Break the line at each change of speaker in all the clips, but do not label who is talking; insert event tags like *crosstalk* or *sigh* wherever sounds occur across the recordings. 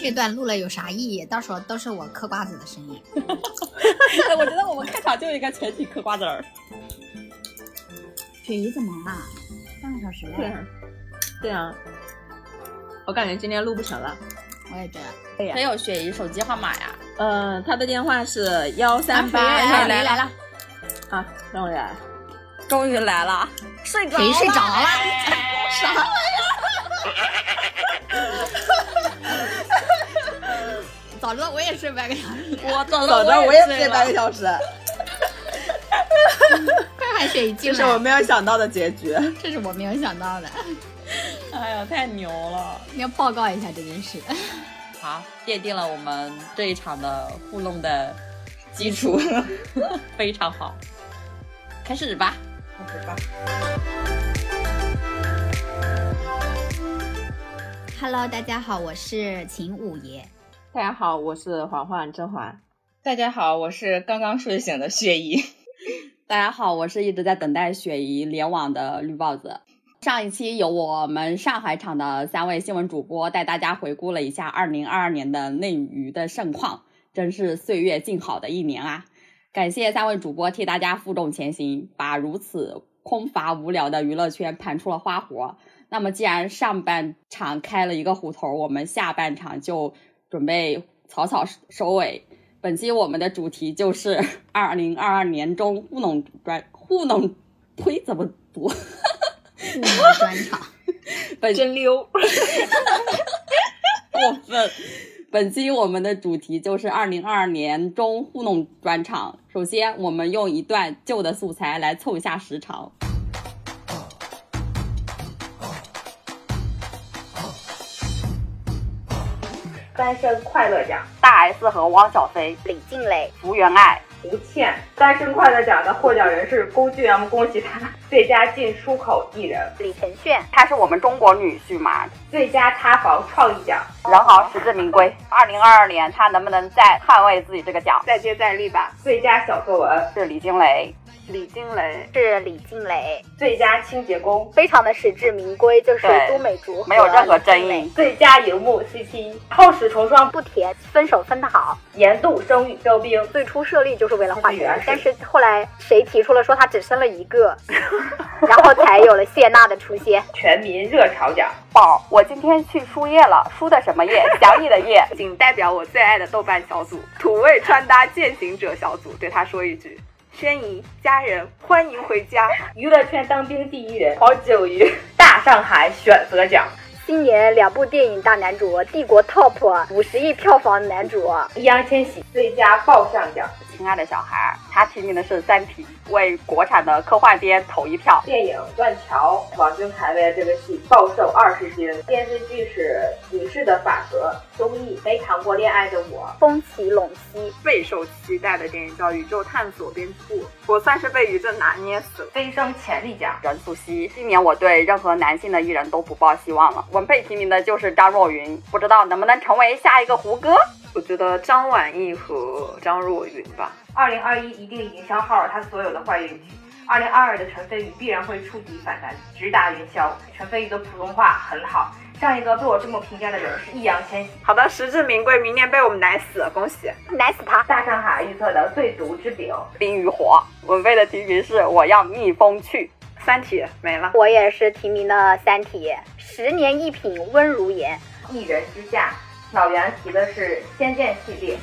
这段录了有啥意义？到时候都是我嗑瓜子的声音。
哎
*laughs*
我觉得我们开场就应该全体嗑瓜子儿。
雪姨怎么了？半个小时
对
了，
嗯
啊，对啊，我感觉今天录不成了。
我也觉得。
哎呀
没，有雪姨手机号码呀？
呃，他的电话是幺三八
啊
来
谁
了
来了，
啊，让哎我来。
终于来了，哎睡着
谁睡着了？啥玩意儿？早知道我也睡半个小时， *laughs*
我早
早知道我也睡半个小 *laughs* 时，
快喊雪姨进
这是
来
我。没有想到的结 *laughs* 局。
这是我没有想到的，
时。哎呀，太牛了！
要报告一下这件事。
好，奠定了我们这一场的互动的基础， *laughs* 非常好。开始吧。
Hello，大家好，我是秦五 *laughs* 爷。
大家好，我是嬛嬛甄嬛。
大家好，我是刚刚睡醒的雪姨。 *laughs*
大家好，我是一直在等待雪姨联网的绿帽子。上一期由我们上海场的三位新闻主播带大家回顾了一下2022年的内娱的盛况，真是岁月静好的一年啊！感谢三位主播替大家负重前行，把如此空乏无聊的娱乐圈盘出了花活。那么，既然上半场开了一个虎头，我们下半场就准备草草收尾。本期我们的主题就是 *laughs* 二零二二年中糊弄专糊弄呸怎么读？
互动专场，
本
真溜，
*laughs* 过分。本期我们的主题就是二零二二年中糊弄专场。首先，我们用一段旧的素材来凑一下时长。单身快乐奖，大 S 和汪小菲、
李静蕾、
福原爱、
吴倩。单身快乐奖的获奖人是龚俊，我们恭喜他！最佳进出口艺人、
李晨炫、
他是我们中国女婿嘛，
最佳塌房创意奖，
人好实至名归。二零二二年，他能不能再捍卫自己这个奖？
再接再厉吧！最佳小作文，
是李金雷，
李金雷。
是李静蕾，
最佳清洁工，
非常的实至名归，就是
对
都美竹和
没有任何争
李静蕾
议。
最佳荧幕 CP。厚实成双，
不甜，分手分得好。
严肃生育征兵。
最初设立就是为了化
这是原
缘
始，
但是后来谁提出了说他只生了一
*laughs*
个，然后才有了谢娜的出现。
全民热潮奖，
宝，我今天去输液了，输的什么
*laughs*
液？想你的液。
仅代表我最爱的豆瓣小组土味穿搭践行者小组对他说一句：轩怡，家人欢迎回家。
娱乐圈当兵第一人黄景瑜，大上海选择奖，
今年两部电影大男主，《帝国 Top》五十亿票房男主，
易烊千玺最佳爆笑奖，
亲爱的小孩，他提名的是《三体》，为国产的科幻片投一票。
电影《断桥》，王俊凯为了这个戏暴瘦二十斤。电视剧是《女士的法则》，综艺《没谈过恋爱的我
风起陇西，
备受期待的电影叫《宇宙探索编辑部》，我算是被宇宙拿捏死了》。
飞升潜力奖，
任素汐，今年我对任何男性的艺人都不抱希望了。文被提名的就是张若昀，不知道能不能成为下一个胡歌？
我觉得张晚意和张若昀吧，
二零二一一定已经消耗了他所有的坏运气。二零二二的陈飞宇必然会触底反弹，直达云霄。陈飞宇的普通话很好，上一个被我这么评价的人是易烊千玺。
好的，实至名归，明年被我们奶死了，恭喜！
奶死他！
大上海预测的最毒之饼，
冰与火，文蔚的提名是我要逆风去。
《三体》没了，
我也是提名的《三体》，十年一品温如言。
一人之下。老袁提的是《仙剑》系列，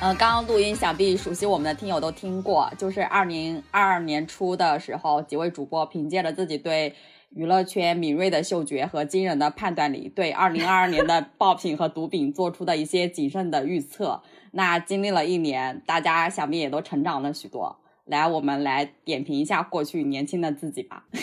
呃，刚刚录音，想必熟悉我们的听友都听过，就是二零二二年初的时候，几位主播凭借着自己对娱乐圈敏锐的嗅觉和惊人的判断力，对二零二二
*laughs*
年的爆品和毒品做出的一些谨慎的预测。那经历了一年，大家想必也都成长了许多。来，我们来点评一下过去年轻的自己吧。 *laughs*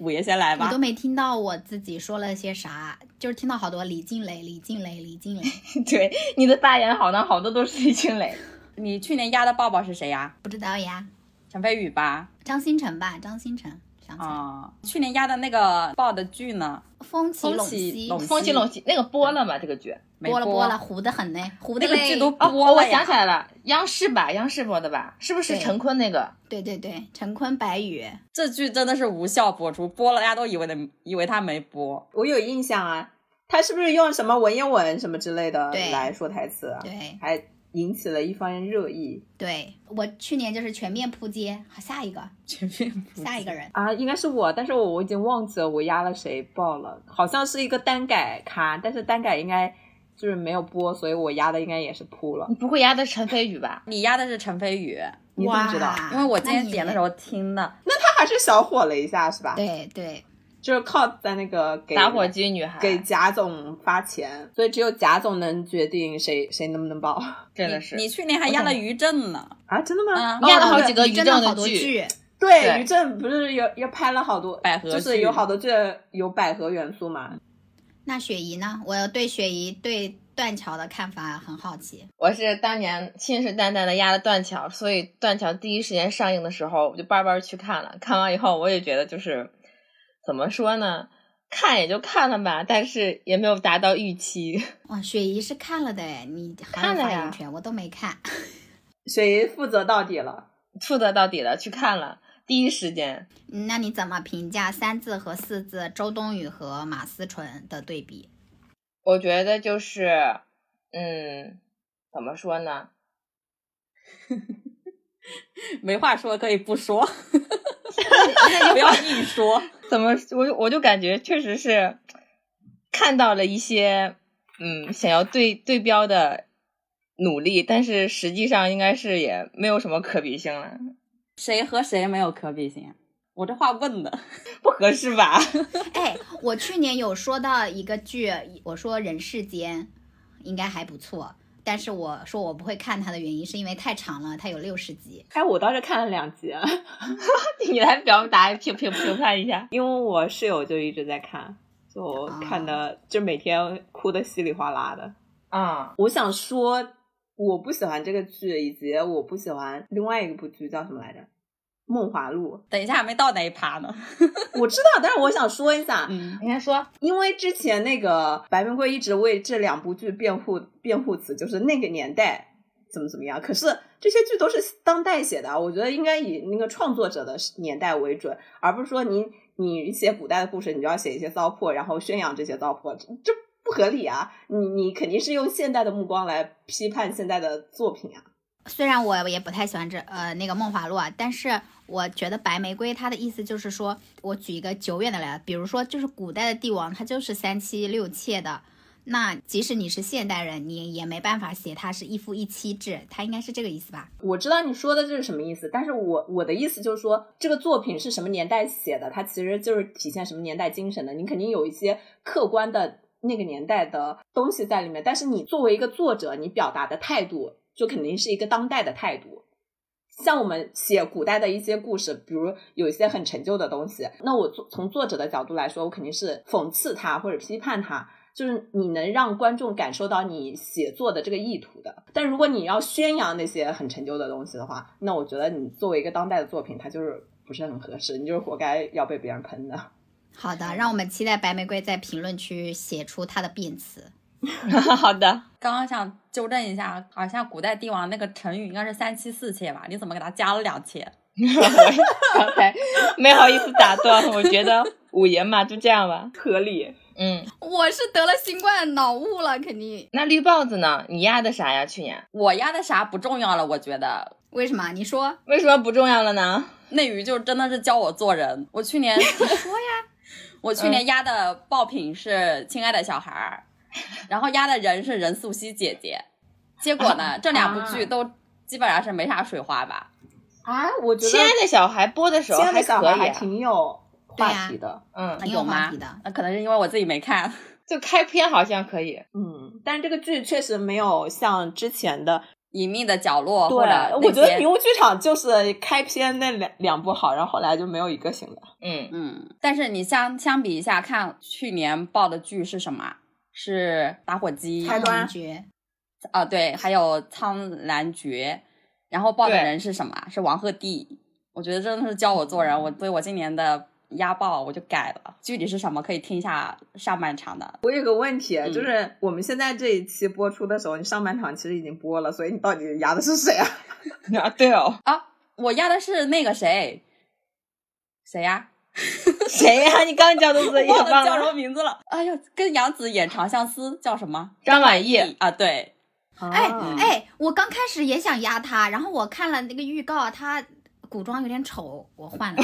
五爷先来
我
吧
都。没听到我自己说了些啥，就是听到好多李静蕾、李静蕾、李静蕾，
对你的发言好像好多都是李青蕾。
你去年压的抱抱是谁呀、
不知道呀。
陈飞宇吧？
张新成吧，张新成，想起来了，
啊、去年压的那个爆的剧呢，
风起
风
陇
起
西，
陇
风起陇西那个播了吗？这个剧？
没
播了
播
播了，，糊的很呢，糊的
那个
嘞
剧都
哦，
播
我
了呀。
想起来了，央视吧，央视播的吧？是不是
对
陈坤那个？
对对对，陈坤白宇，
这剧真的是无效播出，播了大家都以为的，以为他没播。
我有印象啊，他是不是用什么文言文什么之类的
对
来说台词啊？
对
还引起了一番热议
对，我去年就是全面扑街，好下一个
全面不
下一个人，
啊！应该是我，但是我我已经忘记了我压了谁爆了，好像是一个单改咖，但是单改应该就是没有播，所以我压的应该也是扑了。你不会压的陈飞宇吧？
你压的是陈飞宇，
你怎么知道？
哇
因为我今天点的时，
那
候听的，
他还是小火了一下是吧？
你对对
就是靠在那个给
打火机女孩，
给贾总发钱，所以只有贾总能决定谁谁能不能报
真的是
你去年还压了于正呢，
啊！真的吗？
嗯
你压了好几个
你
于
哦真
正
的好多
剧，
剧，
对，
对
于正不是有又拍了好多
百合
就是
剧
有好多剧有百合元素嘛。
那雪姨呢？我对雪姨对断桥的看法很好奇，
我是当年信誓旦旦的压了断桥，所以断桥第一时间上映的时候，我就巴巴去看了。看完以后，我也觉得就是怎么说呢，看也就看了吧，但是也没有达到预期。
哇，雪姨是看了的哎，你还有
看了
发
呀
言权，我都没看，
谁负责到底了？
负责到底了，去看了，第一时间
嗯那你怎么评价三字和四字周冬雨和马思纯的对比？
我觉得就是，嗯，怎么说呢？
没话说可以不说，
那就
不要硬说。
怎么，我就我就感觉确实是看到了一些，嗯，想要对对标的努力，但是实际上应该是也没有什么可比性了， *laughs*
谁和谁没有可比性？我这话问 *laughs* 的，
不合适吧？
哎，我去年有说到一个剧，我说《人世间》应该还不错，但是我说我不会看它的原因是因为太长了，它有六十集。
哎，我倒是看了两集，啊
你来表达评评评判一下，
因为我室友就一直在看，就我看的、就每天哭的稀里哗啦的。
啊、
我想说，我不喜欢这个剧，以及我不喜欢另外一部剧叫什么来着，《梦华录
等一下还没到那一趴呢。》。
我知道，但是我想说一下，
嗯，
你先说，
因为之前那个白玫瑰一直为这两部剧辩护辩护词，就是那个年代怎么怎么样。可是这些剧都是当代写的啊，我觉得应该以那个创作者的年代为准，而不是说你你写古代的故事，你就要写一些糟粕，然后宣扬这些糟粕，这这不合理啊！你你肯定是用现代的目光来批判现代的作品啊。
虽然我也不太喜欢这呃那个《梦华录》啊，但是我觉得《白玫瑰》它的意思就是说，我举一个久远的来，比如说就是古代的帝王，他就是三妻六妾的。那即使你是现代人，你也没办法写他是一夫一妻制，他应该是这个意思吧？
我知道你说的这是什么意思，但是我我的意思就是说，这个作品是什么年代写的，它其实就是体现什么年代精神的。你肯定有一些客观的那个年代的东西在里面，但是你作为一个作者，你表达的态度就肯定是一个当代的态度。像我们写古代的一些故事，比如有一些很陈旧的东西，那我作从作者的角度来说，我肯定是讽刺他或者批判他，就是你能让观众感受到你写作的这个意图的。但如果你要宣扬那些很陈旧的东西的话，那我觉得你作为一个当代的作品，它就是不是很合适，你就是活该要被别人喷的。 *laughs*
好的，让我们期待白玫瑰在评论区写出他的辩词。
*laughs* 好的， *laughs*
刚刚想纠正一下，好像古代帝王那个成语应该是三妻四妾吧？你怎么给他加了两妾？
我刚才没好意思打断，我觉得五爷嘛就这样吧，
合理，
嗯，
我是得了新冠脑雾了，肯定。
那绿帽子呢？你压的啥呀？去年
我压的啥不重要了，我觉得
为什么？你说
为什么不重要了呢？
内娱就真的是教我做人。我去年 *laughs* 说呀，我去
嗯
年压的爆品是《亲爱的小孩儿》，然后压的人是任素汐姐姐。结果呢，这两部剧都基本上是没啥水花吧。
啊，我觉得
亲爱的小孩播的时候
亲爱
还
的小
可
孩
以、
还
啊，
挺有话题的。
嗯，
挺
有
话
吗
题的？，
那可能是因为我自己没看。
就开篇好像可以，
嗯，但是这个剧确实没有像之前的，
隐秘的角落，
对，
或者
我觉得
那
迷
些
雾剧场就是开篇那两两部好，然后后来就没有一个行的。
嗯，
嗯，但是你相相比一下，看去年爆的剧是什么啊？是打火机
开
啊、
端
感觉
对，还有苍兰诀，然后爆的
对
人是什么啊？是王鹤棣。我觉得真的是教我做人，我所以我今年的压爆，我就改了。具体是什么可以听一下上半场的。
我有个问题，
嗯
就是我们现在这一期播出的时候，你上半场其实已经播了，所以你到底压的是 *laughs* *laughs* 谁啊？
啊，对哦，
我压的是那个谁，谁呀、
谁呀、你刚叫的名字也
忘了
忘
叫什么
了，
名字了。哎呦，跟杨紫演长相思叫什么？
张晚意。
啊，对，
哎
嗯
啊
哎，我刚开始也想压他，然后我看了那个预告，他古装有点丑，我换
*laughs*
了。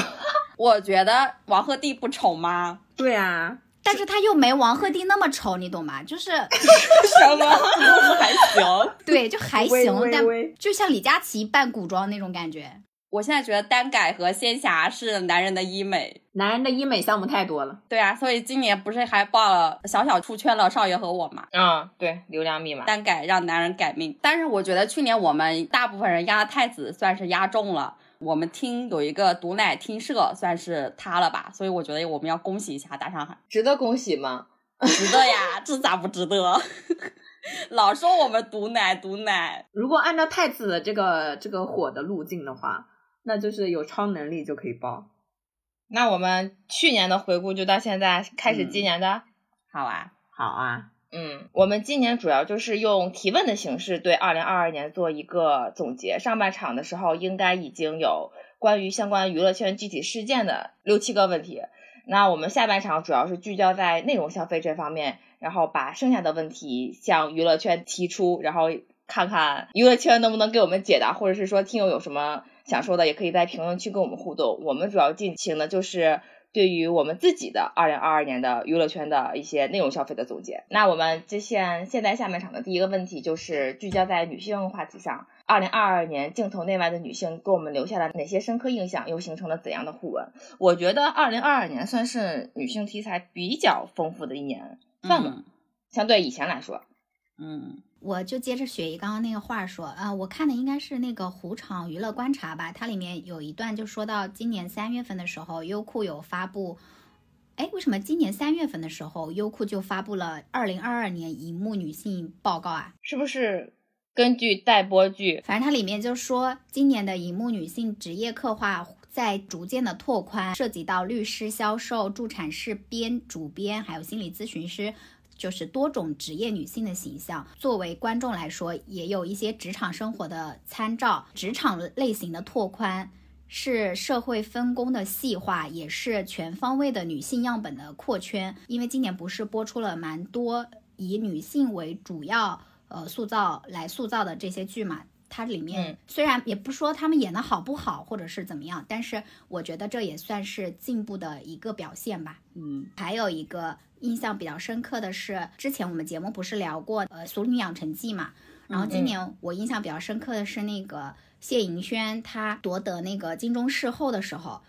我觉得王鹤棣不丑吗？ *laughs*
对啊，
但是他又没王鹤棣那么丑，你懂吗？就是
什么？我还行。 *laughs*
对，就还
*laughs* 微
行，
微
但
微
就像李佳琦扮古装那种感觉。
我现在觉得单改和仙侠是男人的医美。
男人的医美项目太多了。
对啊，所以今年不是还报了小小出圈了《少爷和我》嘛？
啊，对，流量密码。
单改让男人改命。但是我觉得去年我们大部分人压太子算是压中了，我们听有一个毒奶听社算是他了吧，所以我觉得我们要恭喜一下大上海，
值得恭喜吗？
值得呀，这咋不值得？ *laughs* 老说我们毒奶毒奶，
如果按照太子的这个这个火的路径的话，那就是有超能力就可以爆。
那我们去年的回顾就到现在，开始
嗯
今年的。
好啊，
好啊，
嗯，我们今年主要就是用提问的形式对二零二二年做一个总结。上半场的时候，应该已经有关于相关娱乐圈具体事件的六七个问题。那我们下半场主要是聚焦在内容消费这方面，然后把剩下的问题向娱乐圈提出，然后看看娱乐圈能不能给我们解答，或者是说听友有什么想说的，也可以在评论区跟我们互动。我们主要进行的就是对于我们自己的二零二二年的娱乐圈的一些内容消费的总结。那我们这现现在下半场的第一个问题就是聚焦在女性话题上。二零二二年镜头内外的女性给我们留下了哪些深刻印象，又形成了怎样的互文？我觉得二零二二年算是女性题材比较丰富的一年，算吧，
嗯
相对以前来说。
嗯，
我就接着雪姨刚刚那个话说，啊，我看的应该是那个《虎场娱乐观察》吧，它里面有一段就说到今年三月份的时候，优酷有发布，哎，为什么今年三月份的时候优酷就发布了二零二二年荧幕女性报告啊？
是不是根据待播剧？
反正它里面就说，今年的荧幕女性职业刻画在逐渐的拓宽，涉及到律师、销售、助产士、编主编，还有心理咨询师。就是多种职业女性的形象，作为观众来说，也有一些职场生活的参照。职场类型的拓宽是社会分工的细化，也是全方位的女性样本的扩圈。因为今年不是播出了蛮多以女性为主要呃塑造来塑造的这些剧嘛，它里面
嗯
虽然也不说他们演的好不好，或者是怎么样，但是我觉得这也算是进步的一个表现吧。
嗯，
还有一个印象比较深刻的是，之前我们节目不是聊过呃《俗女养成记》嘛，然
嗯
后今年我印象比较深刻的是那个谢盈萱，她夺得那个金钟视后的时候。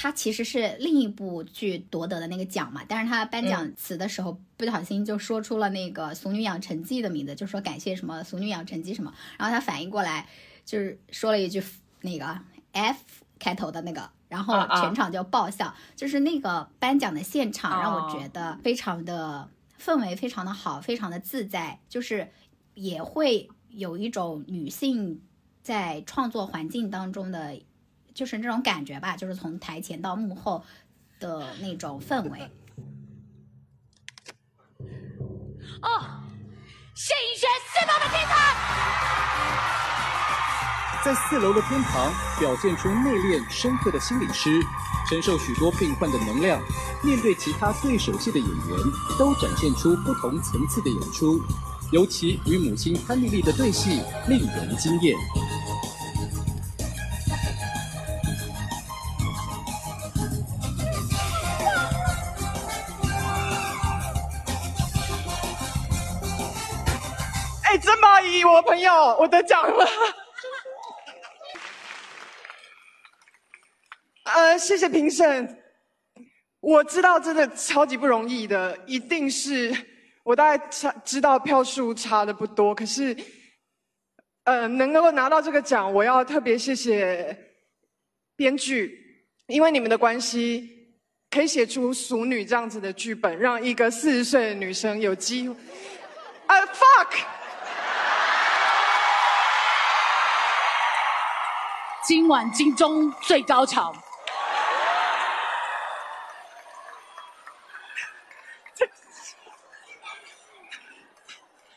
她其实是另一部剧夺得的那个奖嘛，但是她颁
嗯
奖词的时候、不小心就说出了那个《俗女养成记》的名字，就说感谢什么《俗女养成记》什么，然后她反应过来就是说了一句那个 F 开头的那个，然后
啊啊
全场就爆笑，就是那个颁奖的现场让我
哦
觉得非常的氛围非常的好，非常的自在，就是也会有一种女性在创作环境当中的，就是这种感觉吧，就是从台前到幕后的那种氛围。
谢颖轩四楼的天堂，
在四楼的天堂表现出内敛深刻的心理师，承受许多病患的能量，面对其他对手戏的演员，都展现出不同层次的演出。尤其与母亲潘丽丽的对戏，令人惊艳。
哎，真蚂蚁，我朋友，我得奖了。 *laughs* 呃，谢谢评审。我知道真的超级不容易的，一定是呃我大概差知道票数差的不多，可是，呃，能够拿到这个奖，我要特别谢谢编剧，因为你们的关系，可以写出《俗女》这样子的剧本，让一个四十岁的女生有机会。啊、fuck！
今晚金钟最高潮。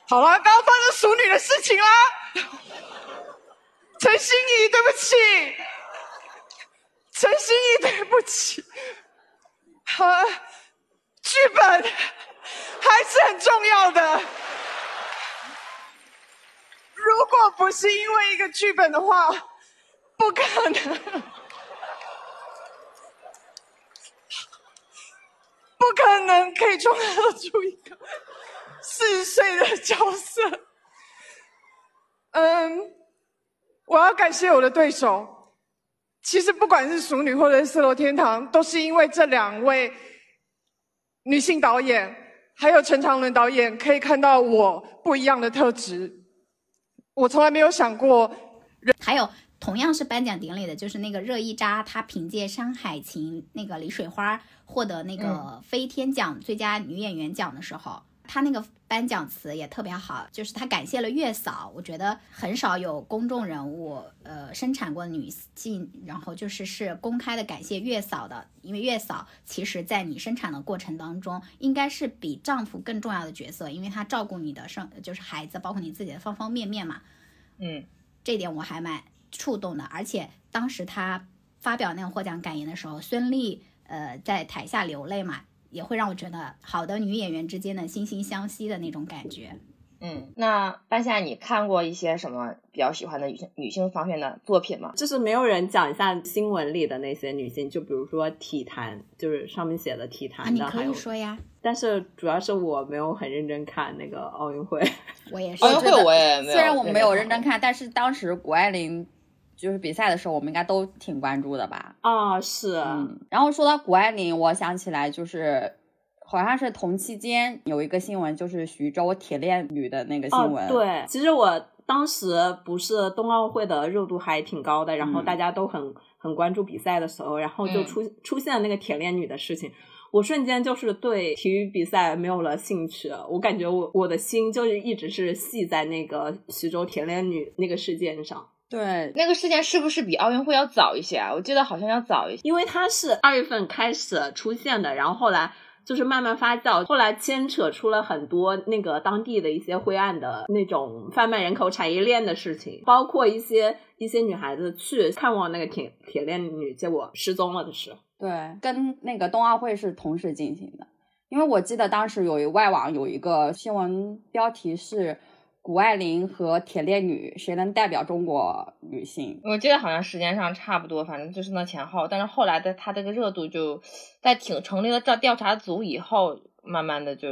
好了，不要发生熟女的事情啦。 *laughs* 陈心怡，对不起，陈心怡，对不起。好、啊，剧本 *laughs* 还是很重要的。如果不是因为一个剧本的话，不可能， *laughs* 不可能可以创造出一个四十岁的角色。嗯，我要感谢我的对手。其实不管是《熟女》或者是《四楼天堂》，都是因为这两位女性导演，还有陈长伦导演，可以看到我不一样的特质。我从来没有想过，
还有同样是颁奖典礼的，就是那个热依扎，她凭借《山海情》那个《李水花》获得那个飞天奖最佳女演员奖的时候，她那个颁奖词也特别好，就是她感谢了月嫂，我觉得很少有公众人物呃生产过女性，然后就是是公开的感谢月嫂的，因为月嫂其实在你生产的过程当中，应该是比丈夫更重要的角色，因为她照顾你的生就是孩子，包括你自己的方方面面嘛。
嗯，
这点我还蛮触动的。而且当时他发表那个获奖感言的时候，孙俪呃在台下流泪嘛，也会让我觉得好的女演员之间的惺惺相惜的那种感觉。
嗯，那半夏，你看过一些什么比较喜欢的女性女性方面的作品吗？
就是没有人讲一下新闻里的那些女性，就比如说体坛，就是上面写的体
啊，
坛
你
的，嗯还
可以
有，
说呀，
但是主要是我没有很认真看那个奥运会。
我也是
奥。运会我也没有，
嗯虽然我没有认真看，但是当时谷爱凌就是比赛的时候，我们应该都挺关注的吧？
啊，是，
嗯。然后说到谷爱凌，我想起来就是。好像是同期间有一个新闻，就是徐州铁链女的那个新闻。
哦。对，其实我当时不是冬奥会的热度还挺高的，然后
嗯
大家都很、很关注比赛的时候，然后就
嗯
出、出现了那个铁链女的事情。我瞬间就是对体育比赛没有了兴趣，我感觉我我的心就是一直是系在那个徐州铁链女那个事件上，
对，
那个事件是不是比奥运会要早一些啊？我记得好像要早一些。
因为它是二月份开始出现的，然后后来就是慢慢发酵，后来牵扯出了很多那个当地的一些灰暗的那种贩卖人口产业链的事情，包括一些一些女孩子去看望那个铁铁链女，结果失踪了的事。
对，跟那个冬奥会是同时进行的，因为我记得当时有一外网有一个新闻标题是“谷爱凌和铁链女谁能代表中国女性
我记得好像时间上差不多，反正就是那前后。但是后来的它这个热度就在挺成立了调调查组以后，慢慢的就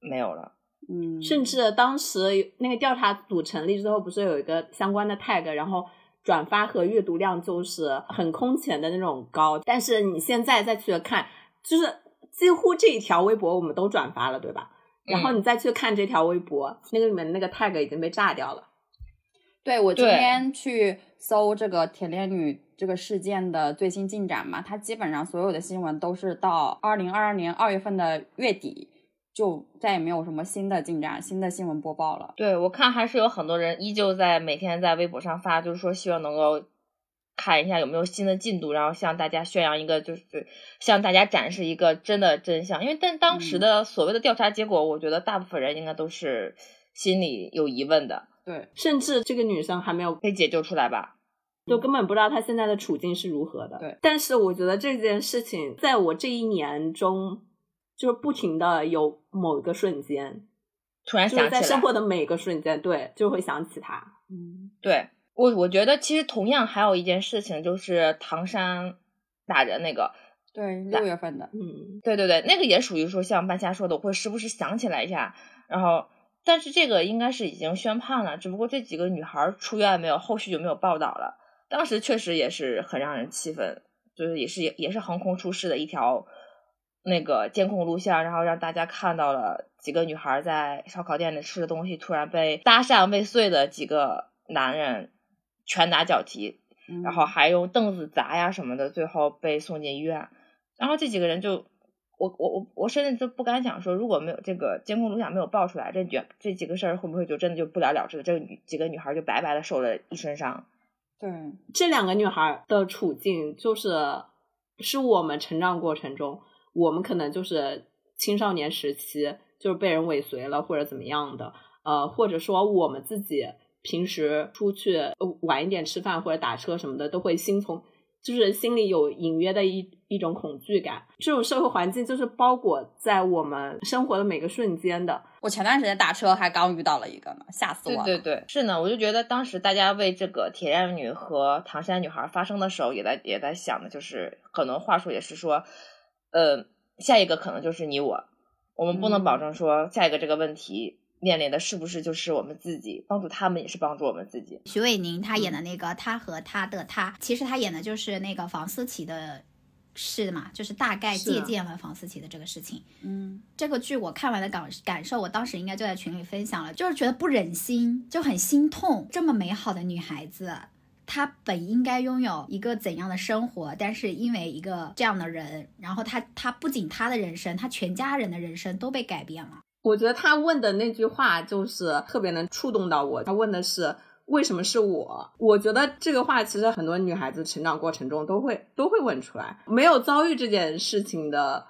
没有了。”？
嗯，
甚至当时那个调查组成立之后，不是有一个相关的 tag，然后转发和阅读量就是很空前的那种高。但是你现在再去看，就是几乎这一条微博我们都转发了，对吧？然后你再去看这条微博，那个里面那个 tag 已经被炸掉了。
对我今
对
天去搜这个铁链女这个事件的最新进展嘛，它基本上所有的新闻都是到二零二二年二月份的月底就再也没有什么新的进展、新的新闻播报了。
对，我看还是有很多人依旧在每天在微博上发，就是说希望能够看一下有没有新的进度，然后向大家宣扬一个，就是向大家展示一个真的真相。因为但当
嗯
时的所谓的调查结果，我觉得大部分人应该都是心里有疑问的，
对，
甚至这个女生还没有
可以解救出来吧？
就根本不知道他现在的处境是如何的。
对，
但是我觉得这件事情在我这一年中，就是不停的有某一个瞬间，
突然
就
想
是
起
在
来，
生活的每个瞬间，对，就会想起他。
嗯，
对我我觉得其实同样还有一件事情就是唐山打人那个，
对，六月份的，
嗯，
对对对，那个也属于说像半夏说的，我会时不时想起来一下，然后但是这个应该是已经宣判了，只不过这几个女孩儿出院没有，后续就没有报道了。当时确实也是很让人气愤，就是也是也是横空出世的一条那个监控录像，然后让大家看到了几个女孩在烧烤店里吃的东西，突然被搭讪未遂的几个男人拳打脚踢，
嗯
然后还用凳子砸呀什么的，最后被送进医院。然后这几个人就，我我我我甚至都不敢想说，如果没有这个监控录像没有爆出来，这几这几个事儿会不会就真的就不了了之了？这个女几个女孩就白白的受了一身伤。
对，
这两个女孩的处境就是，是我们成长过程中，我们可能就是青少年时期就是被人尾随了或者怎么样的，呃，或者说我们自己平时出去呃晚一点吃饭或者打车什么的，都会心从就是心里有隐约的一一种恐惧感。这种社会环境就是包裹在我们生活的每个瞬间的。
我前段时间打车还刚遇到了一个呢，吓死我
对
了。
对对，是呢，我就觉得当时大家为这个铁链女和唐山女孩发声的时候，也在也在想的就是，可能话术也是说，呃，下一个可能就是你我，我们不能保证说下一个这个问题面临的是不是就是我们自己，帮助他们也是帮助我们自己。
徐伟宁他演的那个《他和他的他》，其实他演的就是那个房思琪的事嘛，就是大概
是
借鉴了房思琪的这个事情。
嗯，
这个剧我看完的感感受，我当时应该就在群里分享了，就是觉得不忍心，就很心痛。这么美好的女孩子，她本应该拥有一个怎样的生活，但是因为一个这样的人，然后她她不仅她的人生，她全家人的人生都被改变了。
我觉得他问的那句话就是特别能触动到我。他问的是为什么是我？我觉得这个话其实很多女孩子成长过程中都会都会问出来。没有遭遇这件事情的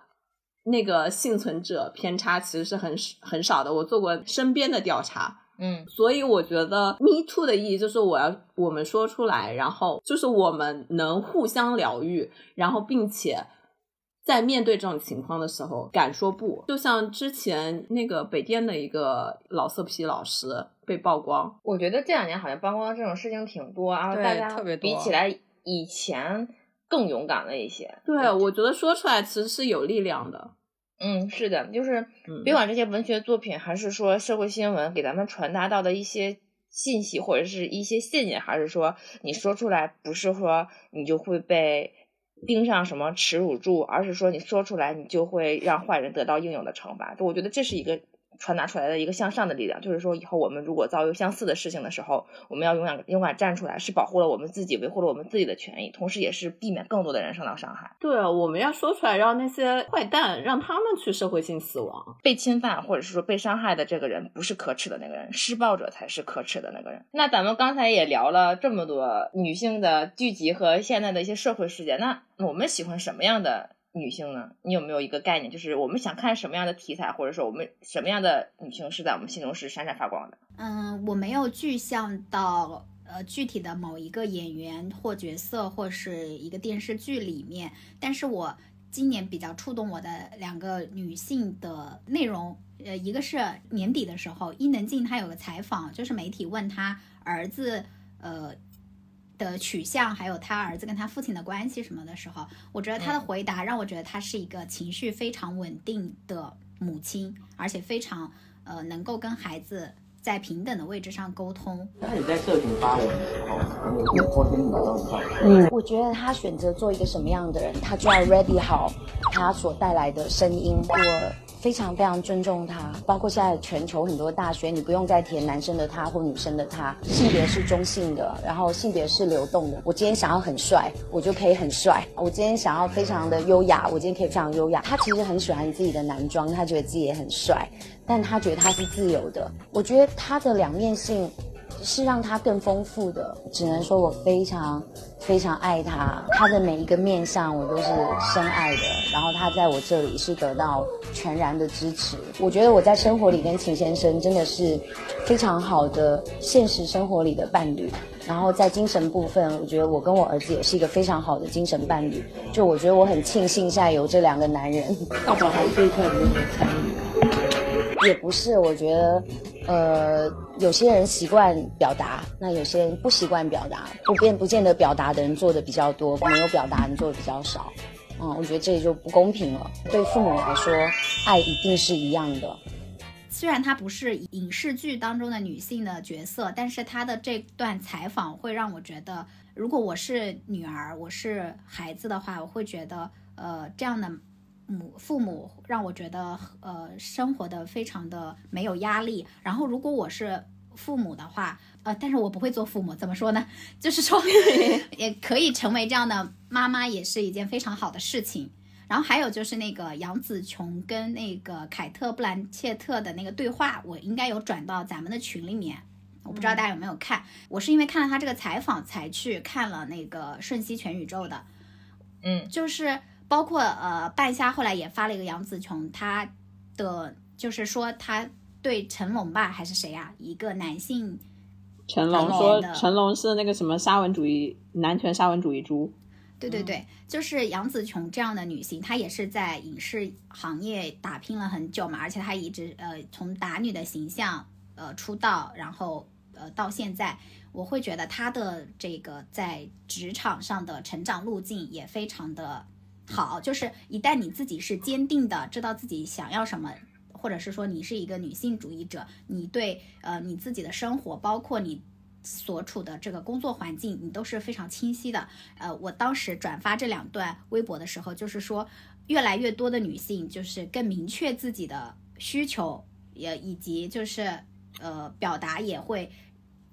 那个幸存者偏差其实是很很少的。我做过身边的调查，
嗯，
所以我觉得 “me too” 的意义就是我要我们说出来，然后就是我们能互相疗愈，然后并且在面对这种情况的时候敢说不。就像之前那个北电的一个老色批老师被曝光，
我觉得这两年好像曝光这种事情挺多，然后
对
大家
特别
比
多
起来以前更勇敢了一些。
对我觉得说出来其实是有力量的。
嗯，是的，就是
嗯
别管这些文学作品，还是说社会新闻给咱们传达到的一些信息，或者是一些信念，还是说你说出来，不是说你就会被钉上什么耻辱柱，而是说你说出来，你就会让坏人得到应有的惩罚。就我觉得这是一个传达出来的一个向上的力量，就是说以后我们如果遭遇相似的事情的时候，我们要勇敢勇敢站出来，是保护了我们自己，维护了我们自己的权益，同时也是避免更多的人受到伤害。
对，我们要说出来，让那些坏蛋让他们去社会性死亡。
被侵犯或者是说被伤害的这个人不是可耻的那个人，施暴者才是可耻的那个人。那咱们刚才也聊了这么多女性的剧集和现在的一些社会事件，那我们喜欢什么样的女性呢？你有没有一个概念，就是我们想看什么样的题材，或者说我们什么样的女性是在我们心中是闪闪发光的？
嗯，我没有具象到呃具体的某一个演员或角色或是一个电视剧里面，但是我今年比较触动我的两个女性的内容，呃，一个是年底的时候，伊能静她有个采访，就是媒体问她儿子呃的取向，还有她儿子跟她父亲的关系什么的时候，我觉得她的回答让我觉得她是一个情绪非常稳定的母亲，而且非常呃能够跟孩子在平等的位置上沟通。
那你在社群发文的时候，你有破天荒的状态？
嗯，我觉得他选择做一个什么样的人，他就要 ready 好他所带来的声音。我非常非常尊重他，包括现在全球很多大学，你不用再填男生的他或女生的他，性别是中性的，然后性别是流动的。我今天想要很帅，我就可以很帅；我今天想要非常的优雅，我今天可以非常优雅。他其实很喜欢自己的男装，他觉得自己也很帅，但他觉得他是自由的。我觉得他的两面性。是让他更丰富的。只能说我非常非常爱他，他的每一个面相我都是深爱的。然后他在我这里是得到全然的支持。我觉得我在生活里跟秦先生真的是非常好的现实生活里的伴侣。然后在精神部分，我觉得我跟我儿子也是一个非常好的精神伴侣。就我觉得我很庆幸现在有这两个男人。
大宝还这一块没有参与。
也不是，我觉得，呃，有些人习惯表达，那有些人不习惯表达，不变不见得表达的人做的比较多，没有表达人做的比较少。嗯，我觉得这就不公平了。对父母来说，爱一定是一样的。
虽然她不是影视剧当中的女性的角色，但是她的这段采访会让我觉得，如果我是女儿，我是孩子的话，我会觉得，呃，这样的母父母让我觉得，呃，生活的非常的没有压力。然后，如果我是父母的话，呃，但是我不会做父母，怎么说呢？ *laughs* 就是说，也可以成为这样的妈妈，也是一件非常好的事情。然后还有就是那个杨紫琼跟那个凯特·布兰切特的那个对话，我应该有转到咱们的群里面，我不知道大家有没有看。我是因为看了他这个采访才去看了那个《瞬息全宇宙》的，
嗯，
就是包括呃，半夏后来也发了一个杨紫琼，她的就是说她对成龙吧，还是谁呀、一个男性
成龙
成
说
龙的
成龙是那个什么沙文主义男权沙文主义猪，
对对对，就是杨紫琼这样的女性，她也是在影视行业打拼了很久嘛，而且她一直呃从打女的形象呃出道，然后呃到现在，我会觉得她的这个在职场上的成长路径也非常的好，就是一旦你自己是坚定的，知道自己想要什么。或者是说你是一个女性主义者，你对呃你自己的生活，包括你所处的这个工作环境，你都是非常清晰的。呃，我当时转发这两段微博的时候，就是说，越来越多的女性就是更明确自己的需求，也以及就是呃表达也会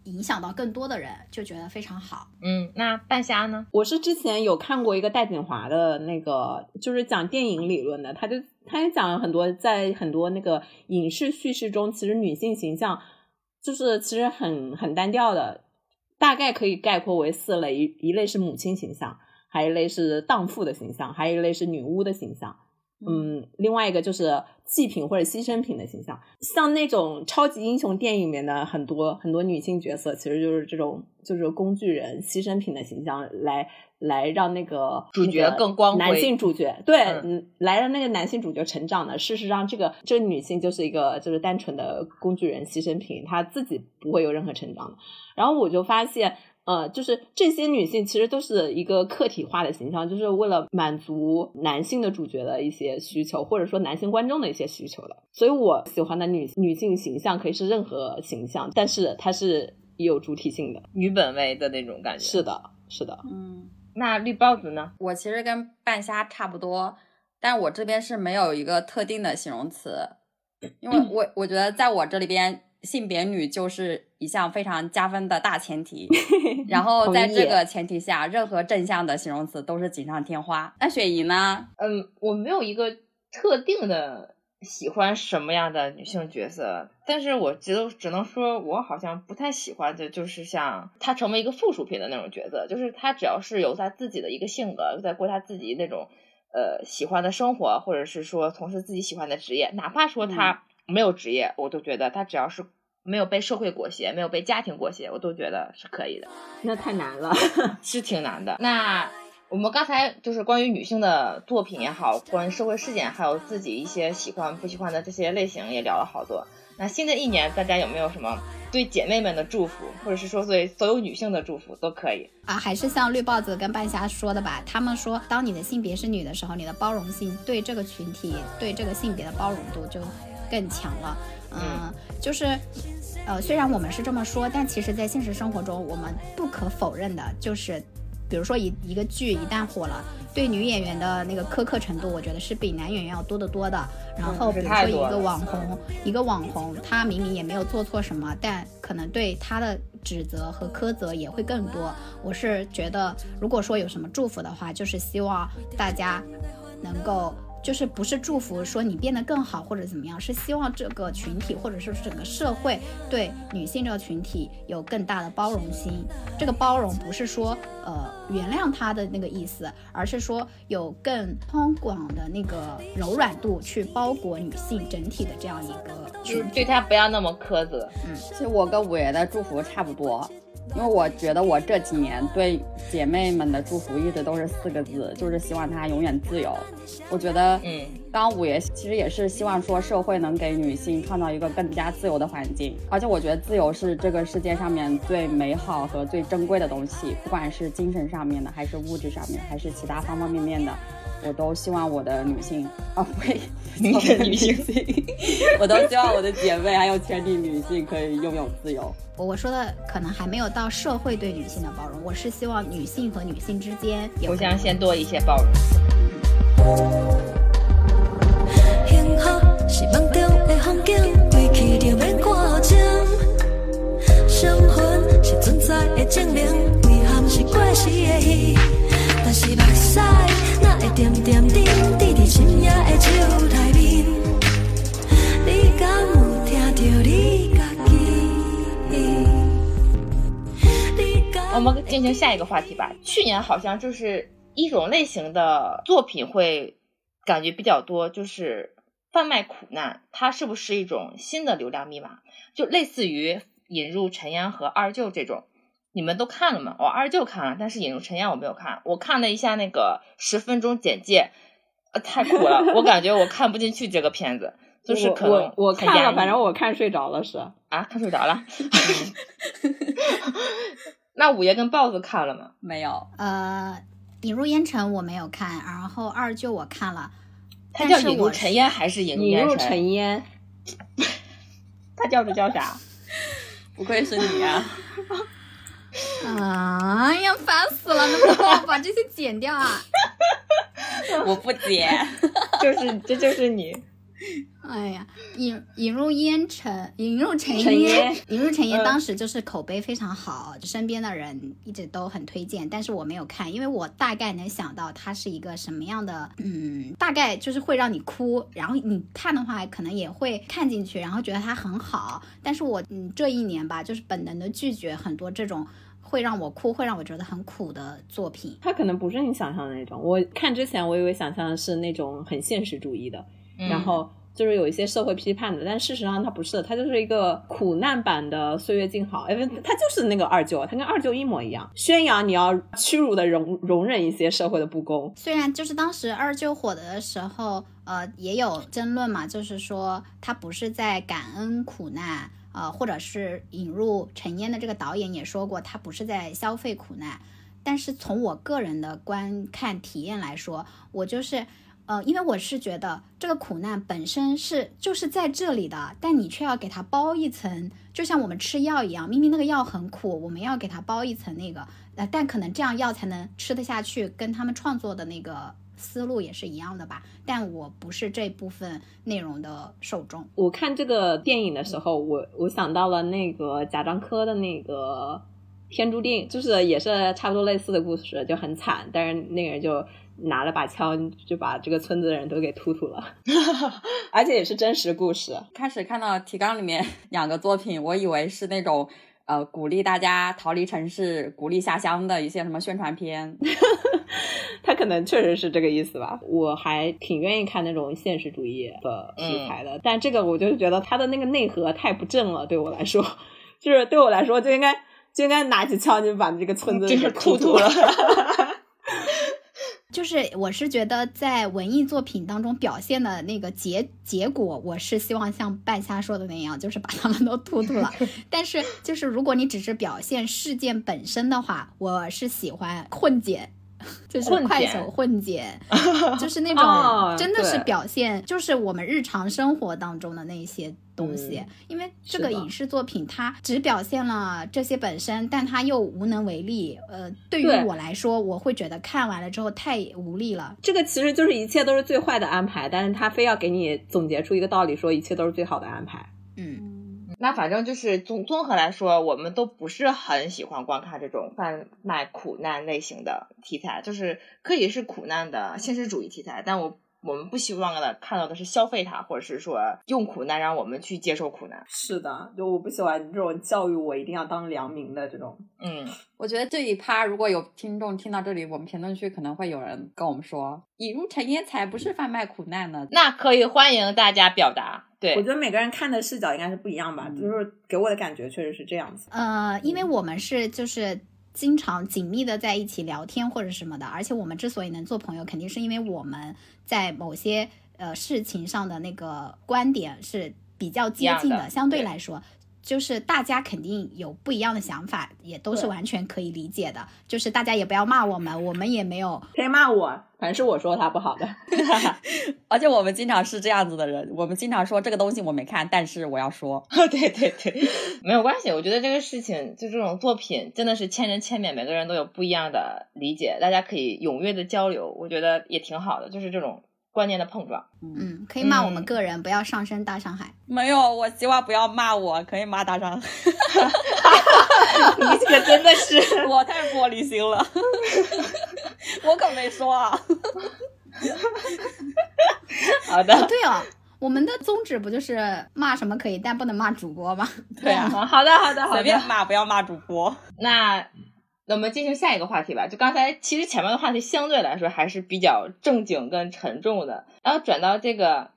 影响到更多的人，就觉得非常好。
嗯，那半夏呢？
我是之前有看过一个戴锦华的那个，就是讲电影理论的，他就他也讲了很多在很多那个影视叙事中，其实女性形象就是其实很很单调的，大概可以概括为四类，一一类是母亲形象，还有一类是荡妇的形象，还有一类是女巫的形象。嗯，另外一个就是祭品或者牺牲品的形象，像那种超级英雄电影里面的很多很多女性角色，其实就是这种就是工具人、牺牲品的形象来来让那个
主角
那个
更光辉
男性主角对、
嗯
嗯来让那个男性主角成长的。事实上，这个这个女性就是一个就是单纯的工具人、牺牲品，她自己不会有任何成长的。然后我就发现，呃，就是这些女性其实都是一个客体化的形象，就是为了满足男性的主角的一些需求，或者说男性观众的一些需求的。所以我喜欢的女女性形象可以是任何形象，但是它是有主体性的。
女本位的那种感觉。
是的，是的。
嗯，
那绿帽子呢？
我其实跟半虾差不多，但我这边是没有一个特定的形容词，因为我我觉得在我这里边，性别女就是一项非常加分的大前提。然后在这个前提下，任何正向的形容词都是锦上添花。那雪姨呢？
嗯，我没有一个特定的喜欢什么样的女性角色，但是我只能只能说，我好像不太喜欢的就是像她成为一个附属品的那种角色，就是她只要是有她自己的一个性格，在过她自己那种呃喜欢的生活，或者是说从事自己喜欢的职业，哪怕说她没有职业，我都觉得她只要是没有被社会裹挟，没有被家庭裹挟，我都觉得是可以的。
那太难了，
是挺难的。那我们刚才就是关于女性的作品也好，关于社会事件，还有自己一些喜欢不喜欢的这些类型也聊了好多。那新的一年，大家有没有什么对姐妹们的祝福，或者是说对所有女性的祝福都可以？
啊，还是像绿帽子跟半夏说的吧，他们说，当你的性别是女的时候，你的包容性对这个群体、对这个性别的包容度就更强了。嗯，就是，呃，虽然我们是这么说，但其实在现实生活中，我们不可否认的就是，比如说一一个剧一旦火了，对女演员的那个苛刻程度，我觉得是比男演员要多得多的。然后
嗯
比
是
如
太
说
多
一个
了
网红，一个网红，他明明也没有做错什么，但可能对他的指责和苛责也会更多。我是觉得，如果说有什么祝福的话，就是希望大家能够。就是不是祝福说你变得更好或者怎么样，是希望这个群体或者是整个社会对女性这个群体有更大的包容心。这个包容不是说呃原谅她的那个意思，而是说有更宽广的那个柔软度去包裹女性整体的这样一个
就是
群体。
对她不要那么苛责。
其实我跟五爷的祝福差不多，因为我觉得我这几年对姐妹们的祝福一直都是四个字，就是希望她永远自由。我觉得，
嗯，
刚刚五爷其实也是希望说社会能给女性创造一个更加自由的环境，而且我觉得自由是这个世界上面最美好和最珍贵的东西，不管是精神上面的，还是物质上面，还是其他方方面面的。我都希望我的女性啊，呸，我的 *laughs* 女性，我都希望我的姐妹还有全体女性可以拥有自由。
我我说的可能还没有到社会对女性的包容，我是希望女性和女性之间有更
互相先多一些包容。
幸福是梦中的风景，归去就免看清。伤痕是存在的证明，遗憾是过时的戏。但是目屎哪会点点滴滴在深夜的酒内面？你敢有听到你家己？
我们进行下一个话题吧。去年好像就是一种类型的作品会感觉比较多，就是贩卖苦难，它是不是一种新的流量密码？就类似于引入陈烟和二舅这种，你们都看了吗？我二舅看了，但是引入陈烟我没有看，我看了一下那个十分钟简介，呃，太苦了，我感觉我看不进去这个片子，就是可能
我我我
很
看
压
了，
抑
反正我看睡着了是。
啊看睡着了。 *laughs*
嗯
那五爷跟豹子看了吗？
没有，
呃，引入烟尘我没有看，然后二舅我看了，
它
但
叫
是
引入
我
尘烟还是引入
引
烟
入
尘？
尘烟，
它叫这叫啥？
不愧是你啊！
啊呀，烦死了！能不能帮我把这些剪掉啊？
我不解，
就是这就是你。
哎呀，引引入烟尘，引入尘
尘
烟
烟，
*laughs* 引入尘烟，
嗯
当时就是口碑非常好，身边的人一直都很推荐，但是我没有看，因为我大概能想到它是一个什么样的，嗯，大概就是会让你哭，然后你看的话可能也会看进去，然后觉得它很好，但是我嗯这一年吧，就是本能的拒绝很多这种会让我哭、会让我觉得很苦的作品。
它可能不是你想象的那种。我看之前，我以为想象的是那种很现实主义的，
嗯
然 *laughs* 后就是有一些社会批判的，但事实上它不是的，它就是一个苦难版的《岁月静好》。哎，不它就是那个二舅，它跟二舅一模一样，宣扬你要屈辱的容容忍一些社会的不公。
虽然就是当时二舅火的时候，呃，也有争论嘛，就是说他不是在感恩苦难，呃，或者是引入陈烟的这个导演也说过，他不是在消费苦难。但是从我个人的观看体验来说，我就是，呃，因为我是觉得这个苦难本身是就是在这里的，但你却要给它包一层，就像我们吃药一样，明明那个药很苦，我们要给它包一层那个，呃，但可能这样药才能吃得下去，跟他们创作的那个思路也是一样的吧。但我不是这部分内容的受众。
我看这个电影的时候，我我想到了那个贾樟柯的那个《天注定》，就是也是差不多类似的故事，就很惨，但是那个人就拿了把枪，就把这个村子的人都给突突
*laughs*
了，而且也是真实故事。
开始看到提纲里面 *laughs* 两个作品，我以为是那种呃鼓励大家逃离城市、鼓励下乡的一些什么宣传片。
他可能确实是这个意思吧。我还挺愿意看那种现实主义的
嗯
题材的，但这个我就觉得它的那个内核太不正了，对我来说， *laughs* 就是对我来说就应该就应该拿起枪就把这个村子
真是
给突
突突了
就是我是觉得在文艺作品当中表现的那个结结果，我是希望像半夏说的那样，就是把他们都突突
*laughs*
了。但是就是如果你只是表现事件本身的话，我是喜欢混剪。 *laughs* 就是
混剪
快手混
*laughs*
剪，就是那
哦
种真的是
对
表现，就是我们日常生活当中的那些东西
嗯。
因为这
是
个
的
影视作品，它只表现了这些本身，但它又无能为力。呃，对于
对
我来说，我会觉得看完了之后太无力了。
这个其实就是一切都是最坏的安排，但是他非要给你总结出一个道理，说一切都是最好的安排。
嗯，
那反正就是综综合来说，我们都不是很喜欢观看这种贩卖苦难类型的题材，就是可以是苦难的现实主义题材，但我我们不希望的看到的是消费它，或者是说用苦难让我们去接受苦难。
是的，就我不喜欢这种教育我一定要当良民的这种。
嗯，
我觉得这一趴如果有听众听到这里，我们评论区可能会有人跟我们说：“引入尘烟才不是贩卖苦难呢。”
那可以欢迎大家表达。
我
对，
觉得每个人看的视角应该是不一样吧，就是给我的感觉确实是这样子。
呃，因为我们是就是经常紧密的在一起聊天或者什么的，而且我们之所以能做朋友，肯定是因为我们在某些呃事情上的那个观点是比较接近
一样的
相对
对
来说。就是大家肯定有不一样的想法，也都是
对
完全可以理解的。就是大家也不要骂我们，我们也没有
可以骂我，反正是我说他不好 *laughs* 的。
而且我们经常是这样子的人，我们经常说这个东西我没看，但是我要说，
*laughs* 对对对，没有关系。我觉得这个事情，就这种作品真的是千人千面，每个人都有不一样的理解，大家可以踊跃的交流，我觉得也挺好的，就是这种观念的碰撞。
嗯，可以骂我们
嗯
个人，不要上升大上海。
没有，我希望不要骂我，可以骂大上海。
*laughs* 你这个真的是，
我太玻璃心
*laughs*
了，我可没说啊。
好的，
对哦，我们的宗旨不就是骂什么可以，但不能骂主播吗？ *laughs*
对
*laughs*
啊，
好的好的好
*laughs* 随便
的，
骂，不要骂主播。
那那我们进行下一个话题吧。就刚才其实前面的话题相对来说还是比较正经跟沉重的，然后转到这个。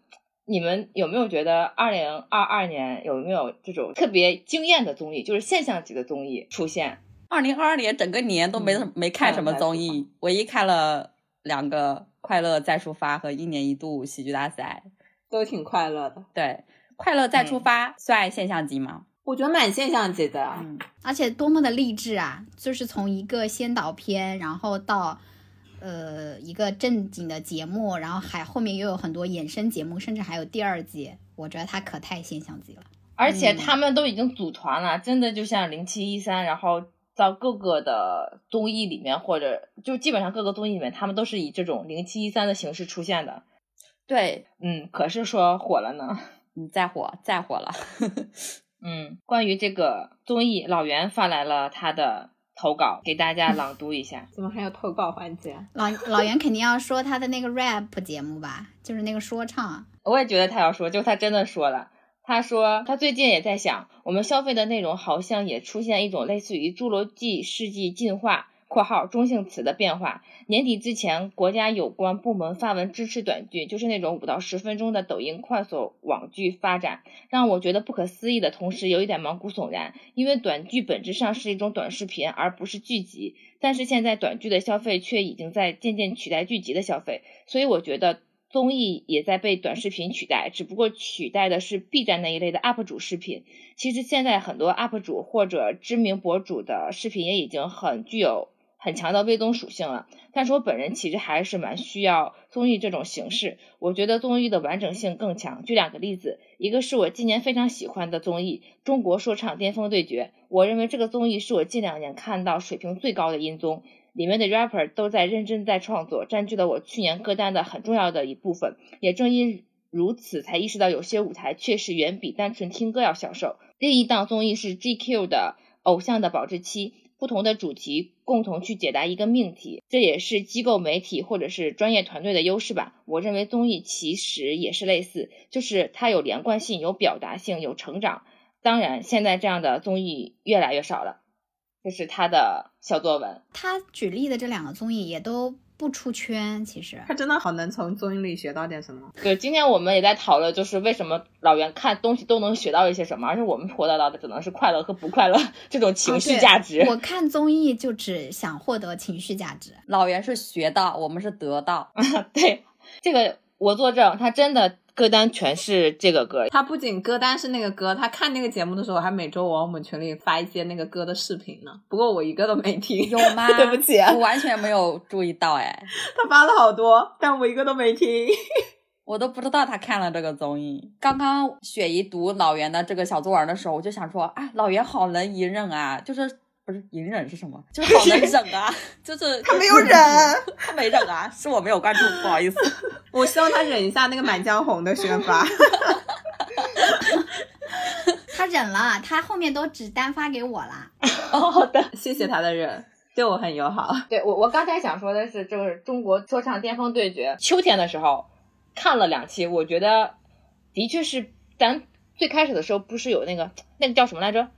你们有没有觉得二零二二年有没有这种特别惊艳的综艺，就是现象级的综艺出现？
二零二二年整个年都没、嗯没看什么综艺，唯一看了两个《快乐再出发》和一年一度喜剧大赛，
都挺快乐的。
对，《快乐再出发》算现象级吗？
我觉得蛮现象级的。啊
而且多么的励志啊！就是从一个先导片，然后到呃一个正经的节目，然后还后面又有很多衍生节目，甚至还有第二季。我觉得它可太现象级了。
而且他们都已经组团了，真的就像零七一三，然后到各个的综艺里面，或者就基本上各个综艺里面，他们都是以这种零七一三的形式出现的。
对，
嗯，可是说火了呢，
嗯，再火再火了。 *laughs*
嗯，关于这个综艺，老袁发来了他的投稿，给大家朗读一下。
怎么还有投稿环节？啊
老老袁肯定要说他的那个 rap 节目吧，就是那个说唱。
我也觉得他要说，就他真的说了。他说他最近也在想，我们消费的内容好像也出现一种类似于《侏罗纪世纪》进化（括号中性词）的变化。年底之前，国家有关部门发文支持短剧，就是那种五到十分钟的抖音快手网剧发展，让我觉得不可思议的同时，有一点毛骨悚然，因为短剧本质上是一种短视频，而不是剧集。但是现在短剧的消费却已经在渐渐取代剧集的消费，所以我觉得。综艺也在被短视频取代，只不过取代的是 B 站那一类的 UP 主视频。其实现在很多 UP 主或者知名博主的视频也已经很具有很强的微综属性了。但是我本人其实还是蛮需要综艺这种形式，我觉得综艺的完整性更强。举两个例子，一个是我今年非常喜欢的综艺《中国说唱巅峰对决》，我认为这个综艺是我近两年看到水平最高的音综。里面的 rapper 都在认真在创作，占据了我去年歌单的很重要的一部分。也正因如此，才意识到有些舞台确实远比单纯听歌要享受。另一档综艺是 GQ 的《偶像的保质期》，不同的主题共同去解答一个命题，这也是机构媒体或者是专业团队的优势吧。我认为综艺其实也是类似，就是它有连贯性、有表达性、有成长。当然，现在这样的综艺越来越少了。这是他的小作文。
他举例的这两个综艺也都不出圈，其实
他真的好能从综艺里学到点什么。
对，今天我们也在讨论，就是为什么老袁看东西都能学到一些什么，而且我们获得到的只能是快乐和不快乐这种情绪价值。
啊、我看综艺就只想获得情绪价值。
老袁是学到，我们是得 *laughs* 到。
对，这个我作证，他真的。歌单全是这个歌，
他不仅歌单是那个歌，他看那个节目的时候还每周往我们群里发一些那个歌的视频呢。不过我一个都没听， *laughs*
有吗？
对不起，啊
我完全没有注意到哎。
他发了好多，但我一个都没听， *laughs*
我都不知道他看了这个综艺。刚刚雪姨读老袁的这个小作文的时候，我就想说啊，老袁好能隐忍啊，就是不是隐忍是什么？就是好能忍啊， *laughs* 就是
他没有忍，
他没忍啊，是我没有关注，不好
*laughs*
意思。
我希望他忍一下那个《满江红》的宣发， *laughs*
他忍了，他后面都只单发给我了。
哦，好的，
谢谢他的忍，对我很友好。
对我，我刚才想说的是，就是中国说唱巅峰对决，秋天的时候看了两期，我觉得的确是，咱最开始的时候不是有那个那个叫什么来着？